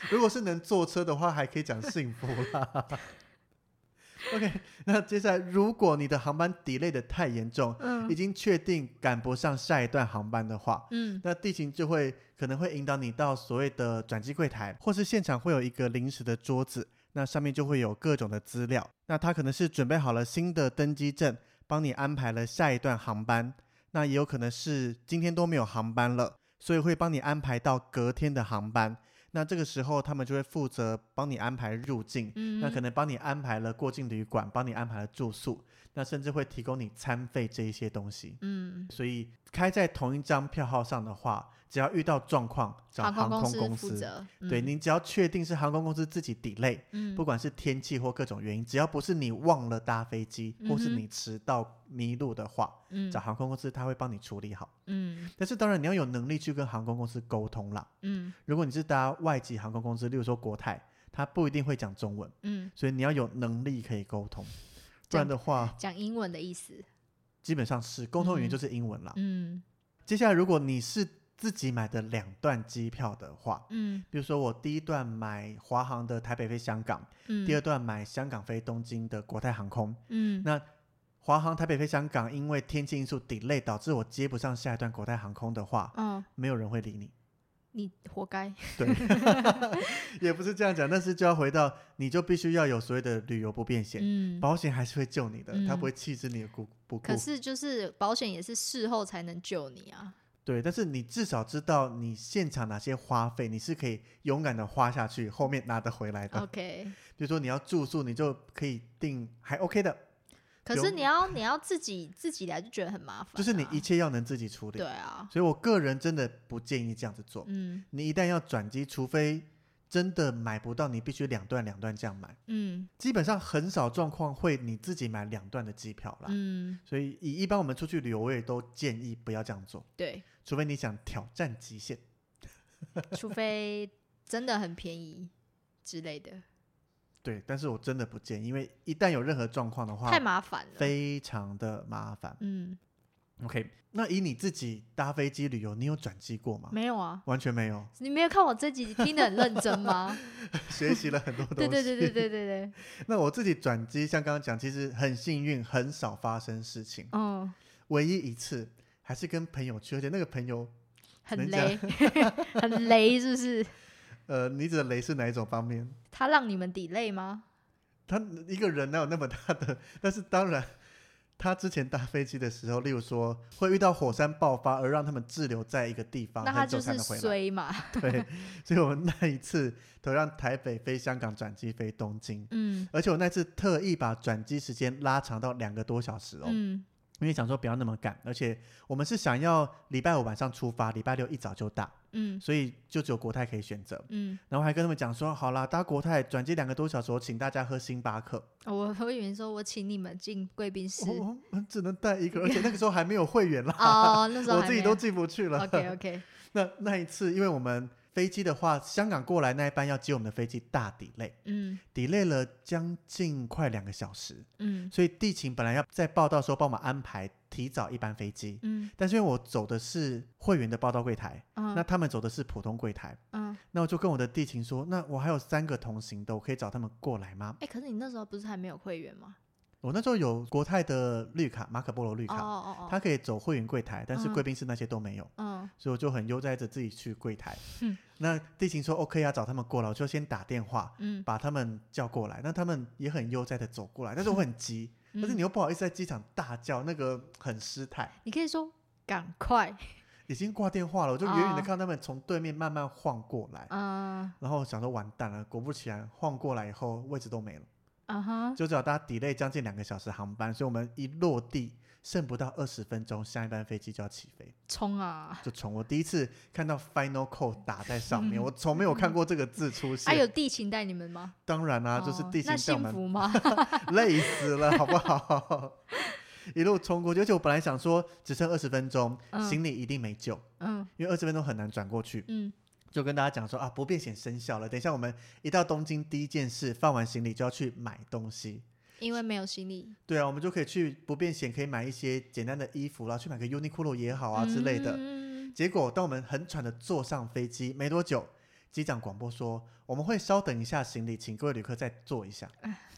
S2: 如果是能坐车的话，还可以讲幸福啦。OK，那接下来，如果你的航班 delay 的太严重，
S1: 嗯
S2: 已经确定赶不上下一段航班的话，
S1: 嗯
S2: 那地勤就会可能会引导你到所谓的转机柜台，或是现场会有一个临时的桌子，那上面就会有各种的资料。那他可能是准备好了新的登机证，帮你安排了下一段航班。那也有可能是今天都没有航班了，所以会帮你安排到隔天的航班。那这个时候他们就会负责帮你安排入境，
S1: 嗯，
S2: 那可能帮你安排了过境旅馆，帮你安排了住宿，那甚至会提供你餐费这一些东西。
S1: 嗯，
S2: 所以开在同一张票号上的话，只要遇到状况找
S1: 航
S2: 航
S1: 空
S2: 空
S1: 公
S2: 公司，
S1: 负责，
S2: 对
S1: 嗯
S2: 你只要确定是航空公司自己 delay，、
S1: 嗯
S2: 不管是天气或各种原因，只要不是你忘了搭飞机，或是
S1: 嗯哼
S2: 你迟到迷路的话，
S1: 嗯
S2: 找航空公司他会帮你处理好。
S1: 嗯
S2: 但是当然你要有能力去跟航空公司沟通啦。
S1: 嗯
S2: 如果你是搭外籍航空公司，例如说国泰，他不一定会讲中文，
S1: 嗯，
S2: 所以你要有能力可以沟通，不然的话
S1: 讲英文的意思，
S2: 基本上是沟通语言
S1: 嗯
S2: 就是英文啦。
S1: 嗯
S2: 接下来，如果你是自己买的两段机票的话，
S1: 嗯
S2: 比如说我第一段买华航的台北飞香港，
S1: 嗯，
S2: 第二段买香港飞东京的国泰航空。
S1: 嗯
S2: 那华航台北飞香港因为天气因素 delay 导致我接不上下一段国泰航空的话，
S1: 哦，
S2: 没有人会理你。
S1: 你活该，
S2: 对， 也不是这样讲，但是就要回到你就必须要有所谓的旅游不便险，
S1: 嗯。
S2: 保险还是会救你的，它
S1: 嗯
S2: 不会弃之你的不不顾
S1: 可。是就是保险也是事后才能救你啊，
S2: 对，但是你至少知道你现场哪些花费你是可以勇敢的花下去，后面拿得回来的。
S1: OK，
S2: 比如说你要住宿，你就可以订还 OK 的，
S1: 可
S2: 有
S1: 是你要你要自己自己来就觉得很麻烦啊、
S2: 就是你一切要能自己处理
S1: 对。啊，
S2: 所以我个人真的不建议这样子做。
S1: 嗯
S2: 你一旦要转机，除非真的买不到，你必须两段两段这样买。
S1: 嗯
S2: 基本上很少状况会你自己买两段的机票啦。
S1: 嗯，
S2: 所以以一般我们出去旅游，我也都建议不要这样做，
S1: 对，
S2: 除非你想挑战极限。
S1: 除非真的很便宜之类的，
S2: 对，但是我真的不建议，因为一旦有任何状况的话，
S1: 太麻烦了。
S2: 非常的麻烦。
S1: 嗯，
S2: OK，那以你自己搭飞机旅游，你有转机过吗？
S1: 没有啊，
S2: 完全没 有，
S1: 你没有看我这集听得很认 真吗？
S2: 学习了很多东西。
S1: 对对对对对对对，
S2: 那我自己转机，像刚刚讲，其实很幸运，很少发生事情。
S1: 嗯，
S2: 唯一一次还是跟朋友去，而且那个朋友，
S1: 很
S2: 能
S1: 雷， 很雷，是不是？
S2: 呃，你指的雷是哪一种方面？
S1: 他让你们 delay 吗？
S2: 他一个人哪有那么大的？ 但是当然，他之前搭飞机的时候，例如说会遇到火山爆发，而让他们滞留在一个地方，
S1: 那他
S2: 啊很
S1: 就
S2: 久才
S1: 是
S2: 能回来。
S1: 衰嘛。
S2: 对，所以我们那一次都让台北飞香港转机飞东京，
S1: 嗯
S2: 而且我那次特意把转机时间拉长到两个多小时哦，
S1: 嗯
S2: 因为想说不要那么赶，而且我们是想要礼拜五晚上出发，礼拜六一早就到，
S1: 嗯
S2: 所以就只有国泰可以选择。
S1: 嗯，
S2: 然后还跟他们讲说，好啦，搭国泰转机两个多小时，我请大家喝星巴克。
S1: 哦我我以为说我请你们进贵宾室
S2: 我我们只能带一 个，而且那个时候还没有会员啦，
S1: 哦，那时候
S2: 我
S1: 还
S2: 自己
S1: 没
S2: 都
S1: 有。
S2: 进不去了。
S1: OK OK，
S2: 那那一次，因为我们飞机的话，香港过来那一班要接我们的飞机大 delay。
S1: 嗯
S2: delay 了将近快两个小时，
S1: 嗯
S2: 所以地勤本来要在报道的时候帮我们安排提早一班飞机，
S1: 嗯
S2: 但是因为我走的是会员的报到柜台，那
S1: 嗯
S2: 他们走的是普通柜台，
S1: 嗯，
S2: 那我就跟我的地勤说，那我还有三个同行的，我可以找他们过来吗？
S1: 哎，可是你那时候不是还没有会员吗？
S2: 我那时候有国泰的绿卡，马可波罗绿
S1: 哦
S2: 卡，
S1: 哦哦，
S2: 他可以走会员柜台，但是
S1: 嗯
S2: 贵宾室那些都没有。
S1: 嗯
S2: 所以我就很悠哉着自己去柜台
S1: 嗯，
S2: 那地勤说 OK 啊，找他们过来，我就先打电话
S1: 嗯，
S2: 把他们叫过来，那他们也很悠哉的走过来，但是我很急，但是
S1: 嗯
S2: 你又不好意思在机场大叫，那个很失态。
S1: 你可以说赶快，
S2: 已经挂电话了，我就远远的
S1: 哦
S2: 看到他们从对面慢慢晃过来，
S1: 嗯
S2: 然后想说完蛋了，果不其然，晃过来以后位置都没了，
S1: 啊、啊哈，
S2: 就只好大家 delay 将近两个小时航班，所以我们一落地剩不到二十分钟，下一班飞机就要起飞，
S1: 冲啊！
S2: 就从我第一次看到 final code 打在上面，我从没有看过这个字出
S1: 还、
S2: 现。
S1: 啊有地勤带你们吗？
S2: 当然啦、啊就是
S1: 哎哦
S2: 地形
S1: 那
S2: 带我
S1: 幸
S2: 们
S1: 福吗？
S2: 累死了，好不好？ 一路冲过去，而且我本来想说只剩二十分钟，
S1: 嗯
S2: 行李一定没救，
S1: 嗯
S2: 因为二十分钟很难转过去。
S1: 嗯，
S2: 就跟大家讲说啊，不便险生效了。等一下我们一到东京，第一件事放完行李就要去买东西。
S1: 因为没有行 李
S2: 对啊，我们就可以去不便险可以买一些简单的衣服啦，去买个 Uniqlo 也好啊之类的。
S1: 嗯
S2: 结果当我们很喘的坐上飞机没多久，机长广播说我们会稍等一下行李，请各位旅客再坐一下。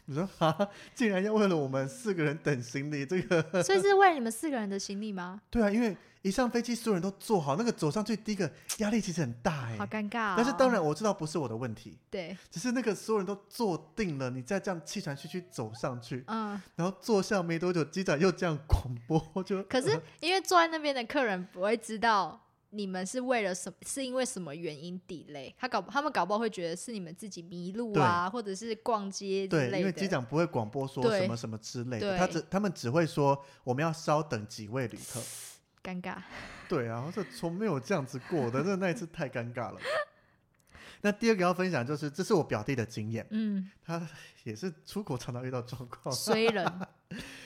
S2: 你说 哈，竟然要为了我们四个人等行李，这个
S1: 所以是为了你们四个人的行李吗？
S2: 对啊，因为一上飞机所有人都坐好，那个走上去第一个压力其实很大哎、
S1: 好尴尬、哦。
S2: 但是当然我知道不是我的问题，
S1: 对，
S2: 只是那个所有人都坐定了，你再这样气喘吁吁走上去，
S1: 嗯，
S2: 然后坐下没多久，机长又这样广播，就
S1: 可是因为坐在那边的客人不会知道你们是为了什么，是因为什么原因 delay，他搞他们搞不好会觉得是你们自己迷路啊，或者是逛街之类 的。
S2: 对，因为机长不会广播说
S1: 对
S2: 什么什么之类的，
S1: 对
S2: 他只他们只会说我们要稍等几位旅客。
S1: 尴尬，
S2: 对啊，这从没有这样子过的，那那一次太尴尬了。 那第二个要分享就是，这是我表弟的经验，
S1: 嗯，
S2: 他也是出国常常遇到状况。
S1: 衰人，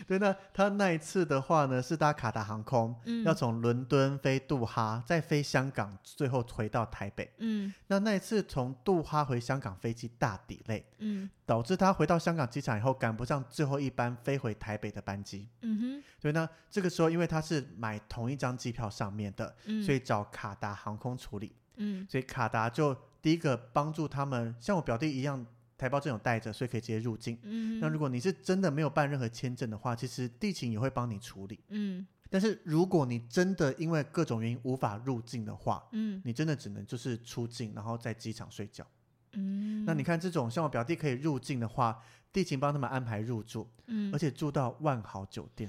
S2: 对，那他那一次的话呢，是搭卡达航空，
S1: 嗯，
S2: 要从伦敦飞杜哈，再飞香港，最后回到台北。
S1: 嗯
S2: 那那一次从杜哈回香港飞机大抵累，
S1: 嗯
S2: 导致他回到香港机场以后赶不上最后一班飞回台北的班机。
S1: 嗯
S2: 对，那这个时候因为他是买同一张机票上面的，
S1: 哼，嗯，
S2: 所
S1: 以
S2: 以找卡达航空处理，
S1: 嗯
S2: 所以卡达就第一个帮助他们，像我表弟一样，台胞证有带着，所以可以直接入境。
S1: 嗯，
S2: 那如果你是真的没有办任何签证的话，其实地勤也会帮你处理。
S1: 嗯
S2: 但是如果你真的因为各种原因无法入境的话，
S1: 嗯
S2: 你真的只能就是出境，然后在机场睡觉。
S1: 嗯，
S2: 那你看这种像我表弟可以入境的话，地勤帮他们安排入住，
S1: 嗯
S2: 而且住到万豪酒店，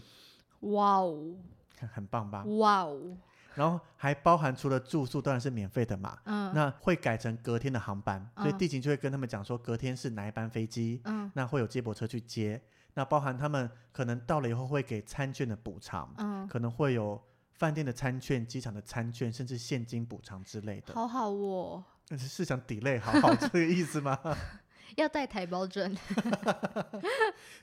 S1: 哇哦
S2: 很很棒吧？
S1: 哇哦，
S2: 然后还包含除了住宿当然是免费的嘛，
S1: 嗯
S2: 那会改成隔天的航班，所以
S1: 嗯
S2: 地勤就会跟他们讲说隔天是哪一班飞机，
S1: 嗯
S2: 那会有接驳车去接。那包含他们可能到了以后会给餐券的补偿，
S1: 嗯，
S2: 可能会有饭店的餐券、机场的餐券，甚至现金补偿之类的。
S1: 好好哦，
S2: 但是是想 delay 好好这个意思吗？
S1: 要带台胞证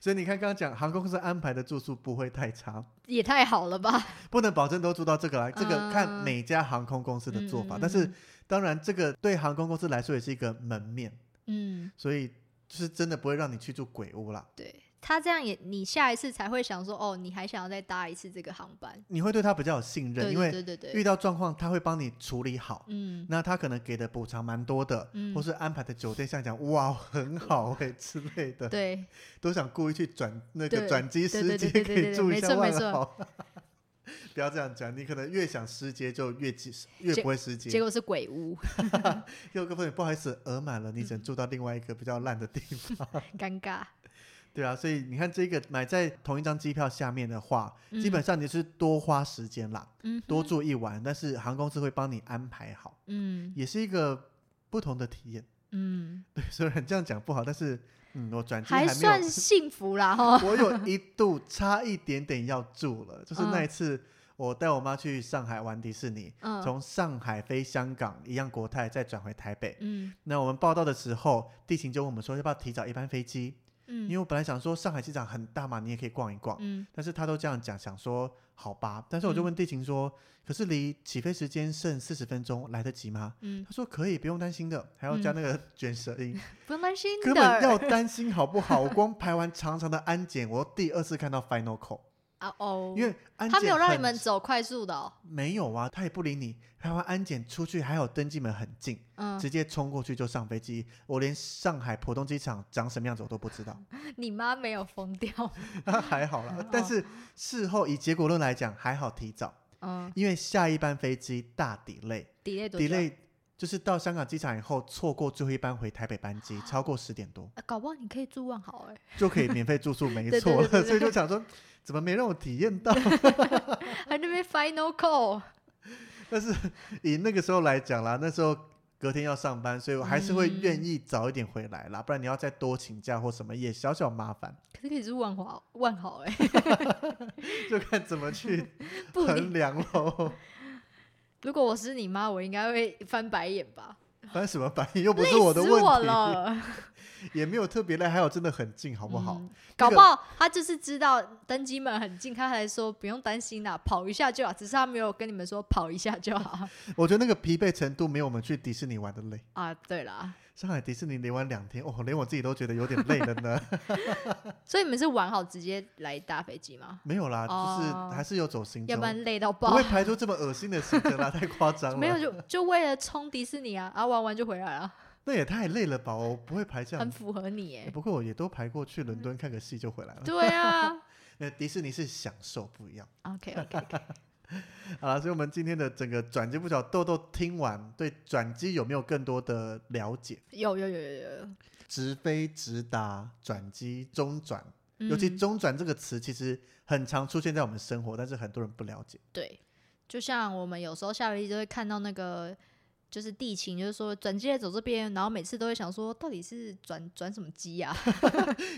S2: 所以你看，刚刚讲航空公司安排的住宿不会太差，
S1: 也太好 了吧？
S2: 不能保证都住到这个来，这个看
S1: 嗯
S2: 每家航空公司的做法。
S1: 嗯嗯
S2: 但是
S1: 嗯
S2: 当然，这个对航空公司来说也是一个门面，
S1: 嗯，
S2: 所以就是真的不会让你去住鬼屋啦。
S1: 对他这样也，你下一次才会想说，哦，你还想要再搭一次这个航班？
S2: 你会对他比较有信任，
S1: 对
S2: 因
S1: 对
S2: 为
S1: 对对
S2: 遇
S1: 对，
S2: 到状况他会帮你处理好。
S1: 嗯，
S2: 那他可能给的补偿蛮多的，
S1: 嗯
S2: 或是安排的酒店像讲哇很好哎、之类的，
S1: 对，
S2: 都想故意去转那个
S1: 对
S2: 转机
S1: 对
S2: 时
S1: 对
S2: 节
S1: 对
S2: 可
S1: 对对
S2: 以
S1: 对
S2: 住一
S1: 没
S2: 下
S1: 错
S2: 万
S1: 没错
S2: 豪。 不要这样讲，你可能越想失节就越急，越
S1: 结
S2: 不会失
S1: 结
S2: 节。
S1: 果是鬼屋，
S2: 又跟朋友不好意思，额满了，你只能住到另外一个比较烂的地
S1: 嗯
S2: 方。
S1: 尴尬。
S2: 对啊，所以你看这个买在同一张机票下面的话，
S1: 嗯
S2: 基本上你是多花时间啦，
S1: 嗯哼，
S2: 多住一晚，但是航空公司会帮你安排好，
S1: 嗯
S2: 也是一个不同的体验。
S1: 嗯，
S2: 对，虽然这样讲不好，但是嗯，我转机
S1: 还
S2: 没有
S1: 算幸福啦哈。
S2: 我有一度差一点点要住了，就是那一次我带我妈去上海玩迪士尼，
S1: 嗯
S2: 从上海飞香港，一样国泰再转回台北。
S1: 嗯
S2: 那我们报到的时候，地勤就问我们说要不要提早一班飞机，因为
S1: 嗯
S2: 我本来想说上海机场很大嘛，你也可以逛一逛。
S1: 嗯
S2: 但是他都这样讲，想说好吧，但是我就问地勤说，可是离起飞时间剩四十分钟，来得及吗？
S1: 嗯，
S2: 他说可以，不用担心的，还要加
S1: 嗯
S2: 那个卷舌音。
S1: 不用担心
S2: 根本要
S1: 的。
S2: 担心好不好？我光排完长长的安检，我第二次看到 final call，
S1: 啊哦，
S2: 因为安检
S1: 他没有让
S2: 很
S1: 你们走快速的哦。
S2: 没有啊，他也不理你。排完安检出去，还有登机门很近，
S1: 嗯，
S2: 直接冲过去就上飞机。我连上海浦东机场长什么样子我都不知道，
S1: 你妈没有疯掉。
S2: 还好
S1: 哦
S2: 啦。但是事后以结果论来讲，还好提早，
S1: 嗯
S2: 因为下一班飞机大 delay，delay
S1: ，delay 多久啊
S2: 就是到香港机场以后错过最后一班回台北班机，超过十点多。
S1: 啊搞不好你可以住万豪哎、
S2: 就可以免费住宿，没
S1: 对对
S2: 错
S1: 对对
S2: 了。
S1: 对
S2: 所以就想说，怎么没让我体验到？
S1: 还那边 final call，
S2: 但是以那个时候来讲啦，那时候隔天要上班，所以我还是会愿意早一点回来啦。不然你要再多请假或什么，也小小麻烦，
S1: 可是可以是万华万豪哎、
S2: 就看怎么去
S1: 不一定。
S2: 衡量喽。
S1: 如果我是你妈，我应该会翻白眼吧？
S2: 翻什么白眼又不是
S1: 累
S2: 我的
S1: 死我
S2: 问
S1: 了，
S2: 题，也没有特别累，还有真的很近， 好
S1: 好
S2: 不好？
S1: 搞
S2: 那个
S1: 不好他就是知道登机门很近，他还说不用担心啦，跑一下就好。只是他没有跟你们说跑一下就好
S2: 我觉得那个疲惫程度没有我们去迪士尼玩的累。
S1: 啊。对啦，
S2: 上海迪士尼连玩两天，哦，连我自己都觉得有点累了 呢。
S1: 所以你们是玩好直接来搭飞机吗？
S2: 没有啦，
S1: 哦
S2: 就是还是有走行
S1: 要
S2: 程
S1: 不，然累到
S2: 不
S1: 爆
S2: 会。排出这么恶心的行程啦，太夸张了。
S1: 没有就就为了冲迪士尼啊，啊玩完就回来了，
S2: 那也太累了吧？我不会排这样
S1: 很
S2: 子。
S1: 符合你 耶。
S2: 不过我也都排过去伦敦看个戏就回来了。
S1: 对啊
S2: 那迪士尼是享受不一样。
S1: ，OK OK，
S2: 好了，所以我们今天的整个转机不巧豆豆听完，对转机有没有更多的了解？
S1: 有有有有有，
S2: 直飞、直达、转机、中转，
S1: 嗯
S2: 尤其“中转”这个词，其实很常出现在我们生活，但是很多人不了解。
S1: 对，就像我们有时候下飞机就会看到那个就是地勤，就是说转机的走这边，然后每次都会想说到底是转转什么 机啊？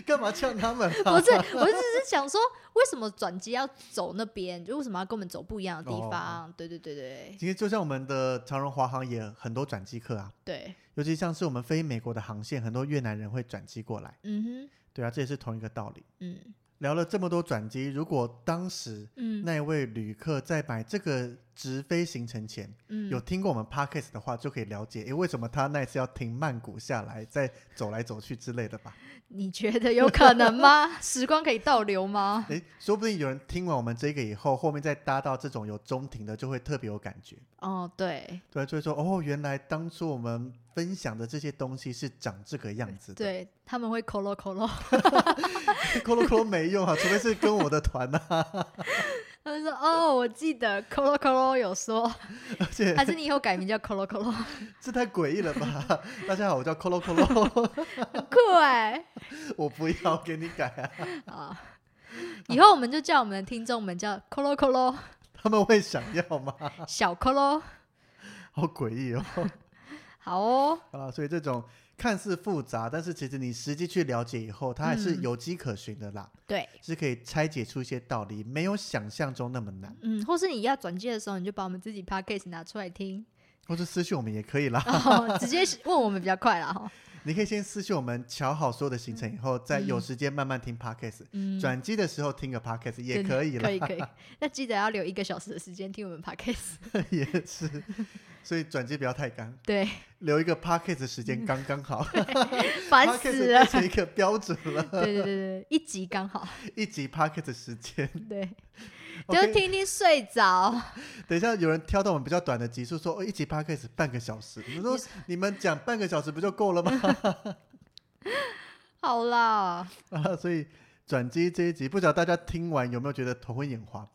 S2: 干嘛呛他们、啊？
S1: 不是， 我只是想说为什么转机要走那边，就为什么要跟我们走不一样的地
S2: 哦
S1: 方？对对对对
S2: 其实就像我们的长荣、华航也很多转机客啊，
S1: 对，
S2: 尤其像是我们飞美国的航线，很多越南人会转机过来。
S1: 嗯哼，
S2: 对啊，这也是同一个道理。
S1: 嗯
S2: 聊了这么多转机，如果当时
S1: 嗯
S2: 那一位旅客在买这个直飞行程前、
S1: 嗯，
S2: 有听过我们 podcast 的话，就可以了解，诶，为什么他那一次要停曼谷下来，再走来走去之类的吧？
S1: 你觉得有可能吗？ 时光可以倒 流吗？
S2: 诶，说不定有人听完我们这个以后，后面再搭到这种有中庭的，就会特别有感觉。
S1: 哦，对
S2: 对，就会说哦，原来当初我们分享的这些东西是长这个样子的。
S1: 对，他们会 colo colo，
S2: 扣咯扣咯没用啊，除非是跟我的团 啊，
S1: 他们说哦，我记得 colo colo 有说，
S2: 而且
S1: 还是你以后改名叫 colo colo，
S2: 这太诡异了吧！ 大家好，我叫扣咯扣咯，
S1: 很酷哎、
S2: 欸我不要给你改啊，
S1: 啊。以后我们就叫我们的听众们叫 “colo colo”
S2: 他们会想要吗？
S1: 小 colo，
S2: 好诡异哦！
S1: 好哦，
S2: 好啦，所以这种看似复杂，但是其实你实际去了解以后，它还是
S1: 嗯
S2: 有迹可循的啦，
S1: 对，
S2: 是可以拆解出一些道理，没有想象中那么难。
S1: 嗯，或是你要转接的时候，你就把我们自己 podcast 拿出来听，
S2: 或是私信我们也可以啦，
S1: 哦、直接问我们比较快啦。哦哈。
S2: 你可以先私信我们，瞧好所有的行程以后，再有
S1: 嗯
S2: 时间慢慢听 podcast。
S1: 嗯，
S2: 转机的时候听个 podcast 也
S1: 对
S2: 可以啦
S1: 可，以可以。那记得要留一个小时的时间听我们 podcast，
S2: 也是，所以转机不要太赶，
S1: 对，
S2: 留一个 podcast 的时间刚刚好。
S1: 嗯烦
S2: podcast
S1: 死
S2: 变
S1: 了。
S2: 成一个标准 了，
S1: 对对对对，一集刚好，
S2: 一集 podcast 时间。
S1: 对，就
S2: OK，
S1: 听听睡着。
S2: 等一下有人挑到我们比较短的集数，说哦，一集 podcast 半个小 时。我说 你们讲半个小时不就够了吗？
S1: 好啦，
S2: 啊， 所以转机这一集，不晓得大家听完有没有觉得头昏眼花？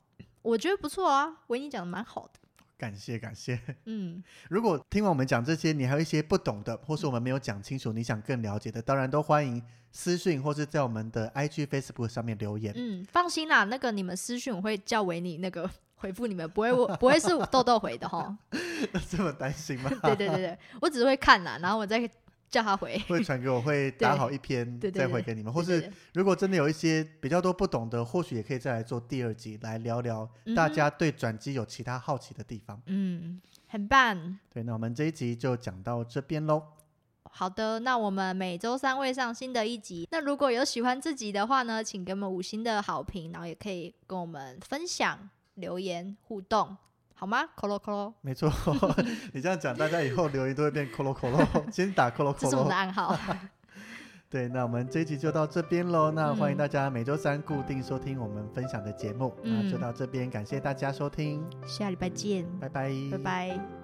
S1: 我觉得不错啊，维尼讲的蛮好的。
S2: 感谢感谢。
S1: 嗯，
S2: 如果听完我们讲这些，你还有一些不懂的，或是我们没有讲清楚，你想更了解的，当然都欢迎私讯或是在我们的 IG、Facebook 上面留言。
S1: 嗯，放心啦，那个你们私讯我会叫维尼那个 回复你们，不会我不会是我豆豆回 的哈。嗯
S2: 这么担心 吗？
S1: 对对对对，我只是会看啦，然后我再叫他回。
S2: 会传给我，会打好一篇
S1: 对对对
S2: 再回给你们，或
S1: 对对
S2: 是如果真的有一些比较多不懂的，或许也可以再来做第二集来聊聊大家对转机有其他好奇的地方。
S1: 嗯，很棒。
S2: 对，那我们这一集就讲到这边喽。
S1: 好的，那我们每周三会上新的一集。那如果有喜欢自己的话呢，请给我们五星的好评，然后也可以跟我们分享、留言互动，好吗？咯咯咯，
S2: 没 错，你这样讲，大家以后留言都会变 colo colo，先打 colo
S1: 这是我们的
S2: colo。
S1: 暗号。
S2: 对，那我们这一集就到这边喽。
S1: 嗯
S2: 那欢迎大家每周三固定收听我们分享的节目。那就
S1: 嗯
S2: 到这边，感谢大家收听，
S1: 下礼拜见，
S2: 拜拜，
S1: 拜拜